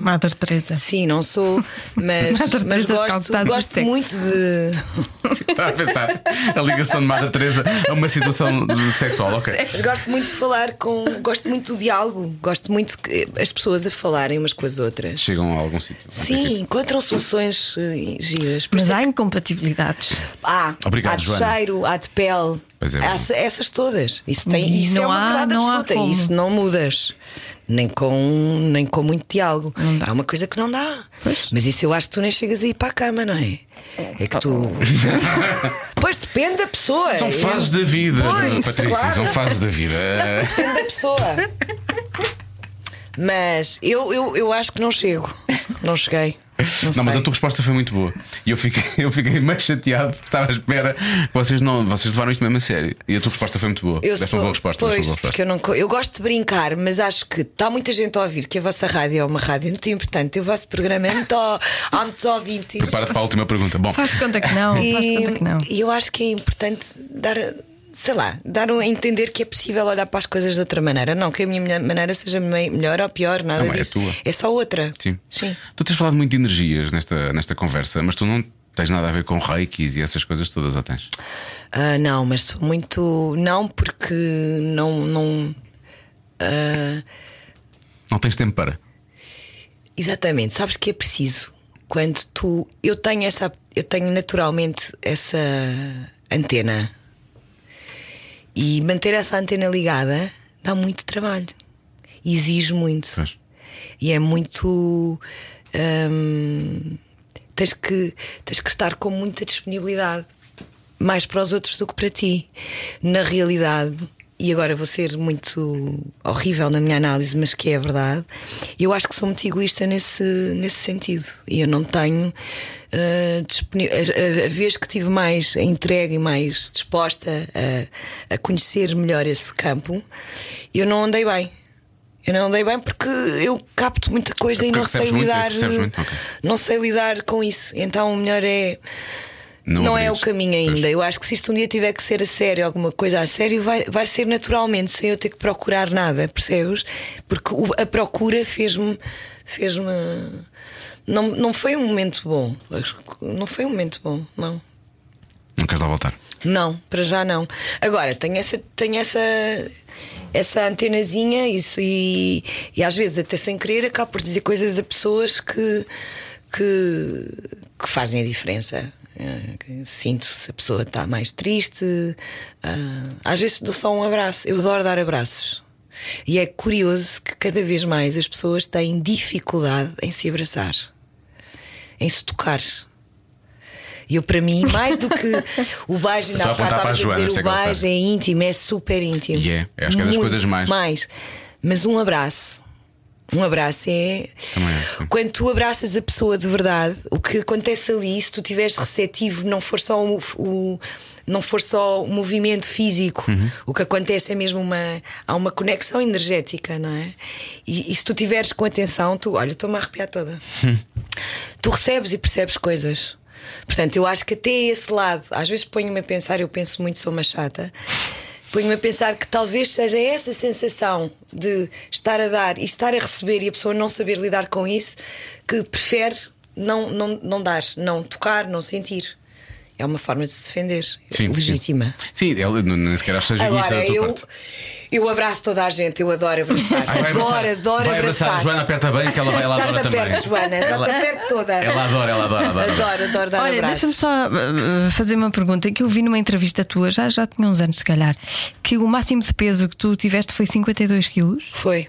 Madre Teresa. Sim, [laughs] não sou, mas, Nada de mas ter gosto, calçado de gosto sexo. muito de. Estava a pensar a ligação de Madre Teresa a uma situação sexual, ok. [laughs] mas gosto muito de falar com. Gosto muito do diálogo, gosto muito que as pessoas a falarem umas com as outras. Chegam a algum sítio. em princípio. Sim, encontram soluções eh, giras. Por Mas isso é há incompatibilidades. que há, Obrigado, há de Joana. cheiro, há de pele. Pois é, há verdade. essas todas. Isso, tem, E isso é não uma há- verdade não há absoluta. como. Isso não mudas. Nem com, nem com muito diálogo. É uma coisa que não dá. Mas isso eu acho que tu nem chegas aí para a cama, não é? É [laughs] que tu. pois depende da pessoa. É, São Eu- fases da vida, Pois, Patrícia, claro. são fases da vida. depende da [laughs] pessoa. Mas eu, eu, eu acho que não chego. Não cheguei. Não, Não, mas sei. a tua resposta foi muito boa. E eu fiquei, [laughs] eu fiquei mais chateado porque estava à espera que vocês não, vocês levaram isto mesmo a sério. E a tua resposta foi muito boa. Eu Deste sou, uma boa resposta. deste pois, uma boa resposta. porque eu, não, co- eu gosto de brincar, mas acho que está muita gente a ouvir que a vossa rádio é uma rádio muito importante. O vosso programa é [laughs] muito. ao- Há muitos ouvintes. Prepara-te para a última pergunta. Bom, Faz de conta que não, faz de conta que não. E, e eu acho que é importante dar, sei lá, dar a entender que é possível olhar para as coisas de outra maneira. Não que a minha maneira seja mei- melhor ou pior, nada Não, é a disso. tua. É só outra. Sim. Sim. Tu tens falado muito de energias nesta, nesta conversa, mas tu não tens nada a ver com reikis e essas coisas todas, ou tens? Ah, não, mas sou muito. Não, porque não. não ah, Não tens tempo para. Exatamente, sabes que é preciso quando tu eu tenho essa eu tenho naturalmente essa antena e manter essa antena ligada dá muito trabalho. Exige muito. Pois. E é muito hum, tens que tens que estar com muita disponibilidade mais para os outros do que para ti. Na realidade, e agora vou ser muito horrível na minha análise, mas que é a verdade, eu acho que sou muito egoísta nesse, nesse sentido. E eu não tenho. ah, disponi- a, a- a vez que tive mais entregue e mais disposta a, a conhecer melhor esse campo, eu não andei bem. Eu não andei bem porque eu capto muita coisa É e porque não sei recebes muito isso, lidar. recebes muito, ok. Não sei lidar com isso. Então o melhor é Não não, é o abrires. caminho Pois. ainda. Eu acho que se isto um dia tiver que ser a sério, alguma coisa a sério, vai, vai ser naturalmente, sem eu ter que procurar nada, percebes? Porque o- a procura fez-me. fez-me. Não, não foi um momento bom. Acho que Não foi um momento bom, não. Não queres lá voltar. Não, para já não. Agora, tenho essa, tenho essa, essa antenazinha isso, e, e às vezes, até sem querer, acabo por dizer coisas a pessoas que, que, que fazem a diferença. Eh, que Sinto se a pessoa está mais triste. ah, Às vezes dou só um abraço. Eu adoro dar abraços. E é curioso que cada vez mais as pessoas têm dificuldade em se abraçar, em se tocar. E eu, para mim, mais do que o [laughs] beijo, estava a não, apontar para a estavas a Joana, dizer, sei o que ela beijo sabe. é íntimo, é super íntimo. E é, acho que é das Muito coisas mais. Mas um abraço. Um abraço é. Também é, sim. Quando tu abraças a pessoa de verdade, o que acontece ali, se tu estiveres receptivo, não for só o. o- não for só o movimento físico, Uhum. o que acontece é mesmo uma. Há uma conexão energética, não é? E, e se tu tiveres com atenção, tu. Olha, estou-me a arrepiar toda. tu recebes e percebes coisas. Portanto, eu acho que até esse lado, às vezes ponho-me a pensar, eu penso muito, sou uma chata. Ponho-me a pensar que talvez seja essa sensação de estar a dar e estar a receber e a pessoa não saber lidar com isso que prefere não, não, não dar, não tocar, não sentir. É uma forma de se defender, legítima. Sim, sim eu, não- nem sequer acho que seja egoísta é da Agora, tua eu, parte. eu abraço toda a gente, eu adoro abraçar. Ai, vai adoro, abraçar. adoro vai abraçar. abraçar. Joana aperta bem, que ela vai ela já adora te também. aperto, Joana, já ela, te aperto toda. ela adora, ela adora, adora. Adoro, adoro dar Olha, deixa-me abraços. só uh, fazer uma pergunta que eu vi numa entrevista tua, já, já tinha uns anos se calhar, que o máximo de peso que tu tiveste foi 52 quilos. Foi.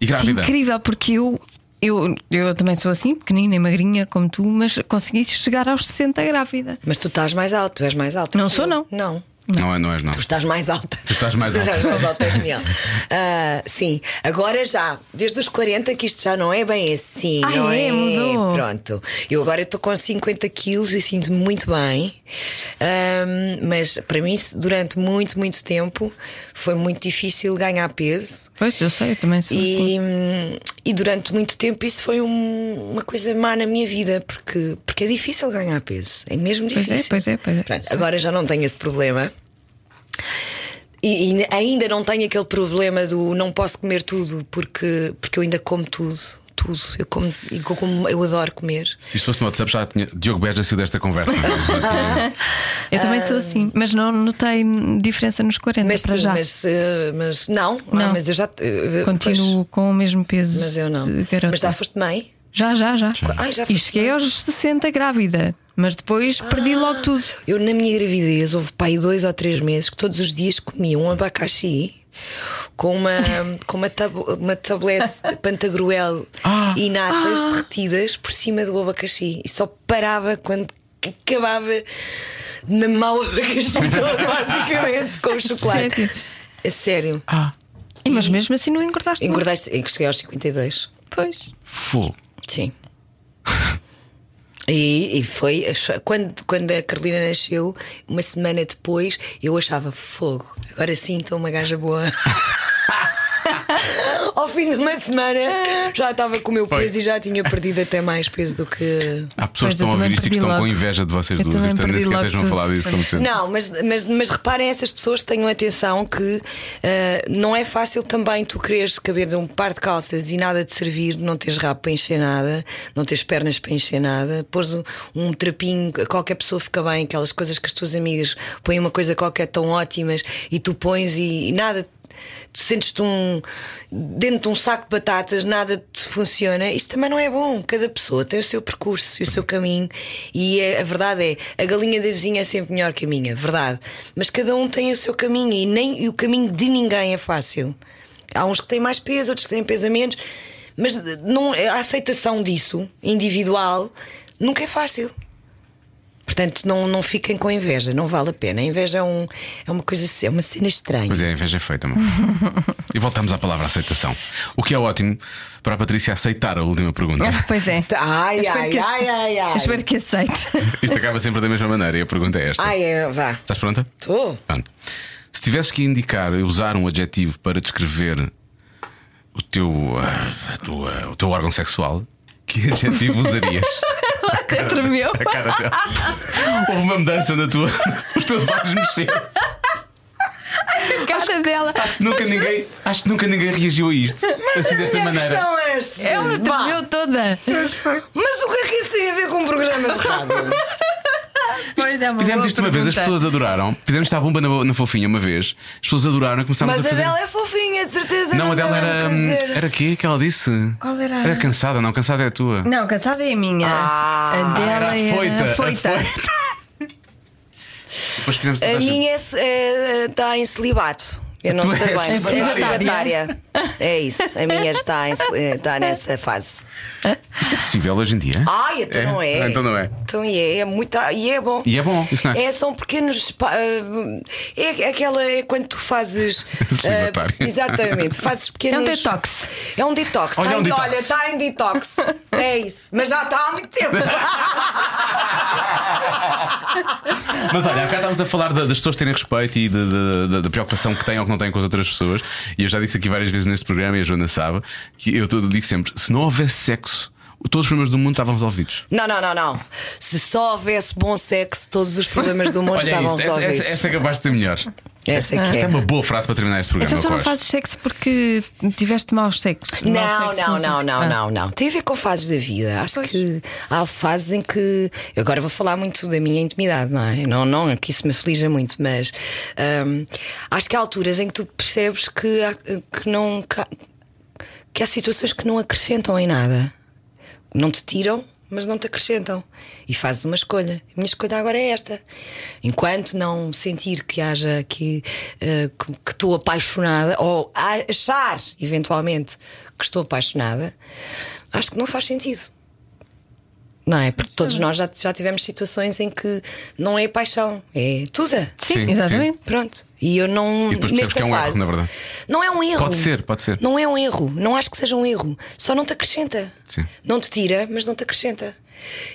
E Isso é grávida. incrível, porque eu, eu, eu também sou assim, pequenina e magrinha como tu, mas consegui chegar aos 60 grávida. Mas tu estás mais alto, tu és mais alto. Não que sou, eu. não. Não. Não, é- não és, não. Tu estás mais alta. Tu estás mais alta. mais alta, és genial. Ah, sim, agora já, desde os 40 que isto já não é bem assim, Ah, não é? é? Mudou. Pronto. Eu agora estou com 50 quilos e sinto-me muito bem. Ahm, mas para mim, durante muito, muito tempo, foi muito difícil ganhar peso. Pois, eu sei, eu também sou assim. E, hum, e durante muito tempo isso foi um- uma coisa má na minha vida, porque, porque é difícil ganhar peso. É mesmo Pois é, difícil. pois é, pois é. Pronto, agora já não tenho esse problema. E, e ainda não tenho aquele problema do não posso comer tudo, porque, porque eu ainda como tudo. Tudo. Eu, como, e eu, como- eu adoro comer. Se isto fosse no WhatsApp, já tinha. Diogo Beja saiu desta [laughs] conversa. Eu também sou assim, mas não notei diferença nos 40 Mas para sim, já. mas, eh, mas não, ah, Não. mas eu já. eh, Continuo com o mesmo peso. pois, mas eu não. de garota. Mas já foste mãe? já, já, já. Ai, já E foste Ah. cheguei aos 60 grávida, mas depois perdi logo tudo. Eu, na minha gravidez, houve pai dois ou três meses que todos os dias comia um abacaxi com uma, com uma, tab uma tablete [laughs] de pantagruel Ah. e natas derretidas por cima do abacaxi e só parava quando acabava de mamar o abacaxi [laughs] todo, basicamente, com o chocolate. Sério? A sério. E, mas mesmo assim não engordaste muito. Engordaste, eu cheguei aos 52. Pois. Fogo. Sim. E, e foi ach- quando, quando a Carolina nasceu, uma semana depois, eu achava fogo. Agora sim estou uma gaja boa. [laughs] Ao fim fim de uma semana já estava com o meu Foi. peso e já tinha perdido até mais peso do que. Há pessoas Pois, que estão eu a ouvir também isto e que perdi estão com logo. inveja de vocês Eu duas, e também portanto nem perdi sequer logo estejam a falar tudo. disso como sendo. Não, mas, mas, mas reparem, essas pessoas tenham atenção que ah, não é fácil também tu quereres caber de um par de calças e nada te servir, não tens rabo para encher nada, não tens pernas para encher nada, pôres um, um trapinho, qualquer pessoa fica bem, aquelas coisas que as tuas amigas põem uma coisa qualquer tão ótimas e tu pões e, e nada. Tu sentes-te um, dentro de um saco de batatas, nada te funciona. Isso também não é bom. Cada pessoa tem o seu percurso e o seu caminho. E é- a verdade é, a galinha da vizinha é sempre melhor que a minha, verdade. Mas cada um tem o seu caminho e, nem, e o caminho de ninguém é fácil. Há uns que têm mais peso, outros que têm peso a menos. Mas eh, não, a aceitação disso, individual, nunca é fácil. Portanto, não, não fiquem com inveja, não vale a pena. A inveja é, um, é uma coisa, é uma cena estranha. Pois é, a inveja é feita, [laughs] amor. E voltamos à palavra aceitação. O que é ótimo para a Patrícia aceitar a última [laughs] pergunta. Pois [laughs] é. Tá, Ai, espero ai, que ai, ace- ai, eu ai. Espero que aceite. [laughs] Isto acaba sempre da mesma maneira e a pergunta é esta. Ai, é, vá. Estás pronta? Estou. Pronto. Se tivesses que indicar e usar um adjetivo para descrever o teu, ah, a tua- o teu órgão sexual, que adjetivo [laughs] usarias? Até tremeu. A cara dela. Houve uma mudança na tua. Os teus olhos mexeram. A cara dela. Nunca ninguém, acho que nunca ninguém reagiu a isto. assim desta maneira. é esta. Ela Vá. tremeu toda. Mas o que é que isso tem a ver com um programa de rádio? Pois é, uma Fizemos boa isto uma vez, as pergunta. pessoas adoraram. Fizemos isto à bomba na, na fofinha uma vez, as pessoas adoraram e começámos Mas a a fazer. dela é fofinha, de certeza. Não, a dela tem era. hum, nada a dizer. Era quê que ela disse? Qual era? Era cansada, não, cansada é a tua. Não, cansada é a minha. Ah, a era dela a é foita, a foita. Depois fizemos toda A gente. minha é está em celibato. Eu não Tu és sei bem. É celibatária? celibatária. É isso. A minha está, em, eh, está nessa fase. Isso é possível hoje em dia? Ai, então não é. Então não é. Então é, é muito. E é bom. E é bom, isso não é? É, são pequenos. pa- ah, É aquela. É quando tu fazes. [laughs] Celibatário. ah, exatamente. Fazes É pequenos. um detox. É um detox. Olha, Tá é um em- detox. olha, está [laughs] em detox. É isso. Mas já está há [laughs] muito tempo. Mas olha, cá estamos a falar da- das pessoas terem respeito e de- de- de- da preocupação que têm ou que não têm com as outras pessoas. E eu já disse aqui várias vezes neste programa, e a Joana sabe, que eu todo- digo sempre: se não houvesse sexo, todos os problemas do mundo estavam resolvidos. Não, não, não, não. Se só houvesse bom sexo, todos os problemas do mundo Olha, estavam isto, essa, resolvidos. essa, essa é capaz de ser melhor. Essa é que É é. uma boa frase para terminar este programa. Então tu eu não acho. fazes sexo porque tiveste maus sexos. Não, Maus não, sexos no não, sentido- não, Ah. não, não. Tem a ver com fases da vida. Acho que há fases em que. eu Agora vou falar muito da minha intimidade, não é? Não, não é que isso me aflija muito, mas hum, acho que há alturas em que tu percebes que, há, que não. Que há, que há situações que não acrescentam em nada. Não te tiram, mas não te acrescentam. E fazes uma escolha. A minha escolha agora é esta. Enquanto não sentir que haja que, eh, que, que estou apaixonada, ou a- achar eventualmente que estou apaixonada, acho que não faz sentido. Não é? Porque todos nós já, já tivemos situações em que não é paixão, é tusa. Sim, Sim, exatamente. Pronto. E eu não. E depois percebes nesta que é um erro, fase, na verdade. Não é um erro. Pode ser, pode ser. Não é um erro. Não acho que seja um erro. Só não te acrescenta. Sim. Não te tira, mas não te acrescenta.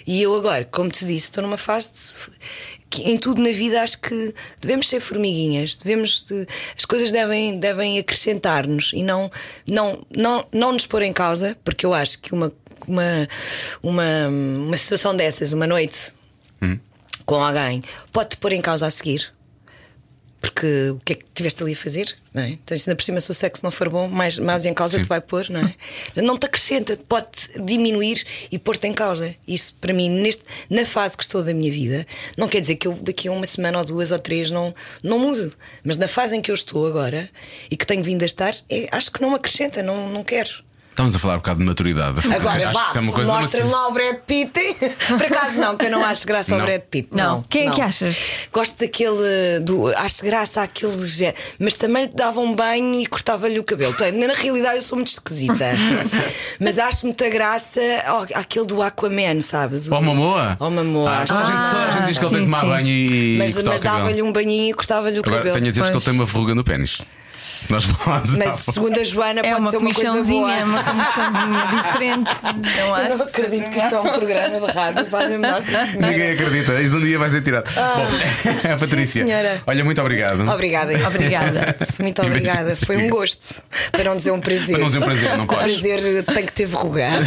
E eu agora, como te disse, estou numa fase de- que em tudo na vida acho que devemos ser formiguinhas. Devemos de- as coisas devem, devem acrescentar-nos e não, não, não, não nos pôr em causa, porque eu acho que uma, uma, uma, uma situação dessas, uma noite com alguém, pode-te pôr em causa a seguir. Porque o que é que tiveste ali a fazer? Não é? Então, se ainda por cima, se o sexo não for bom, mais, mais em causa Sim. te vai pôr, não é? Não te acrescenta, pode diminuir e pôr-te em causa. Isso, para mim, neste, na fase que estou da minha vida, não quer dizer que eu daqui a uma semana ou duas ou três não, não mude, mas na fase em que eu estou agora e que tenho vindo a estar, é- acho que não me acrescenta, não, não quero. Estávamos a falar um bocado de maturidade. acho Agora que vá, isso é uma coisa uma mostra-me lá o Brad Pitt. Por acaso não, que eu não acho graça ao Não. Brad Pitt. Não. Não. Quem é não. que achas? Gosto daquele. Do, acho graça àquele género. Mas também dava um banho e cortava-lhe o cabelo. Portanto, na realidade eu sou muito [laughs] esquisita. mas acho muita graça ao- àquele do Aquaman, sabes? O- Ó, Mamoa? Ó, Mamoa, Oh, Ah, acho. toda a gente- toda a gente diz que ele tem que sim, tomar sim. banho e. e Ah, Mas, cortar o mas cabelo. dava-lhe um banhinho e cortava-lhe o Agora cabelo. tenho a dizer que ele Pois. tem uma verruga no pênis. Nós falámos. há Mas pouco. segundo a Joana, É pode uma ser uma coisa boa. comissãozinha, é uma comissãozinha [laughs] diferente. Não Eu acho. não acredito que isto é um programa de rádio. [laughs] Valha-me Nossa Senhora. Ninguém acredita, isto um dia vai ser tirado. Bom, [laughs] Patrícia, senhora. olha, muito obrigado. Obrigada. eu. Obrigada. [laughs] Muito obrigada. Foi um gosto. Para não dizer um prazer. Para não dizer um prazer, não [laughs] Com podes. prazer tem que ter verrugado.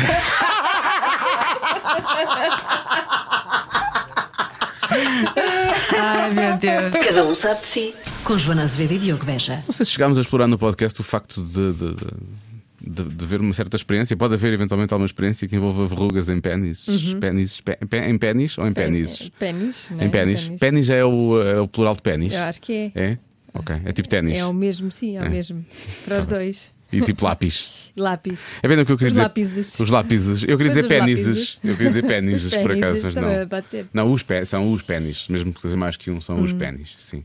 Ai meu Deus. Cada um sabe de si. Com Joana Azevedo e Diogo Beja. Não sei se chegámos a explorar no podcast o facto de, de, de, de- de haver uma certa experiência. Pode haver eventualmente alguma experiência que envolva verrugas em pênis. Pênis, pé- pé- em pênis ou em pênis? Pênis, não é? Em pênis. Pênis já é o, é o plural de pênis. Eu acho que é. É? Ok. É tipo ténis. É o mesmo, sim, é o É. mesmo. Para os dois. E tipo lápis. Lápis. É vendo o que eu queria Os dizer? lápises. Os lápises. Eu queria Pois, dizer os pénises. lápises. Eu queria [laughs] dizer pénises, Os por acaso. pénises mas também não. pode ser. Hum. Não, os pé, são os pénis. Mesmo que seja mais que um, são os pénis. Sim.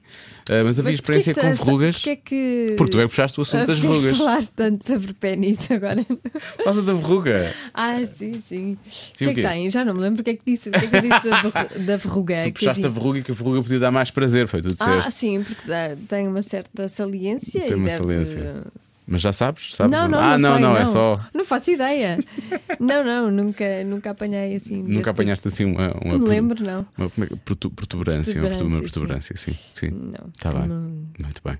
Ah, mas havia Mas porquê experiência que com estás- verrugas. Porquê que. Porque tu é que puxaste o assunto [laughs] das Porquê que verrugas. falaste tanto sobre pênis agora. [laughs] Por causa da verruga. Ah, sim, sim. o o que quê? é que tem? Já não me lembro o que é que disse. O que é que eu disse da verru- da verruga? Tu que puxaste a havia? verruga e que a verruga podia dar mais prazer, foi tu Ah, disseste. sim, porque dá- tem uma certa saliência. Tem e uma deve- saliência. Mas já sabes? sabes Não, onde? não, ah, não, sei, é só. Não faço ideia. [laughs] não, não, nunca, nunca apanhei assim. desse Nunca tipo. apanhaste assim uma. uma Não me pro- lembro, não. Uma, como é que- protu- protuberância, uma protu- uma Protuberância, protuberância, sim. sim. Não, Tá bem. não Muito bem.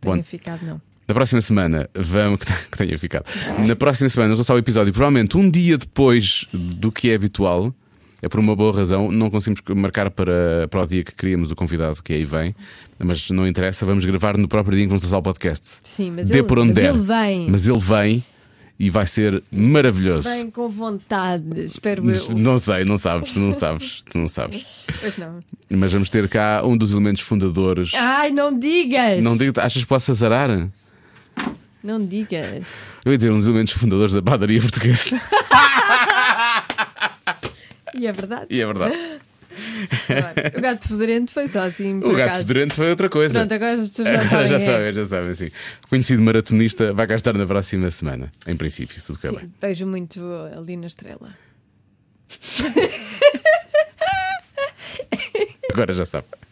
tenho Bom, ficado, não. na próxima semana, vamos. [laughs] Que tenha ficado. Na próxima semana, vamos lançar o episódio, provavelmente um dia depois do que é habitual. É por uma boa razão, não conseguimos marcar para, para o dia que queríamos o convidado que aí vem, mas não interessa, vamos gravar no próprio dia em que vamos lançar o podcast. Sim, mas, Dê ele, por onde mas der. ele vem. Mas ele vem e vai ser maravilhoso. Vem com vontade, espero Mas eu. Não sei, não sabes, tu não sabes, tu não sabes. Pois não. Mas vamos ter cá um dos elementos fundadores. Ai, não digas! Não digo, achas que posso azarar? Eu Não digas. ia dizer um dos elementos fundadores da padaria portuguesa. [laughs] E é verdade. E é verdade. O gato fedorento foi só assim. Por O gato acaso. durante foi outra coisa. Pronto, agora [laughs] as pessoas já Agora já sabem, é. sabem, já sabem, sim. Conhecido maratonista, vai cá estar na próxima semana, em princípio, se tudo correr bem. Sim, assim, beijo muito ali na estrela. Agora já sabe.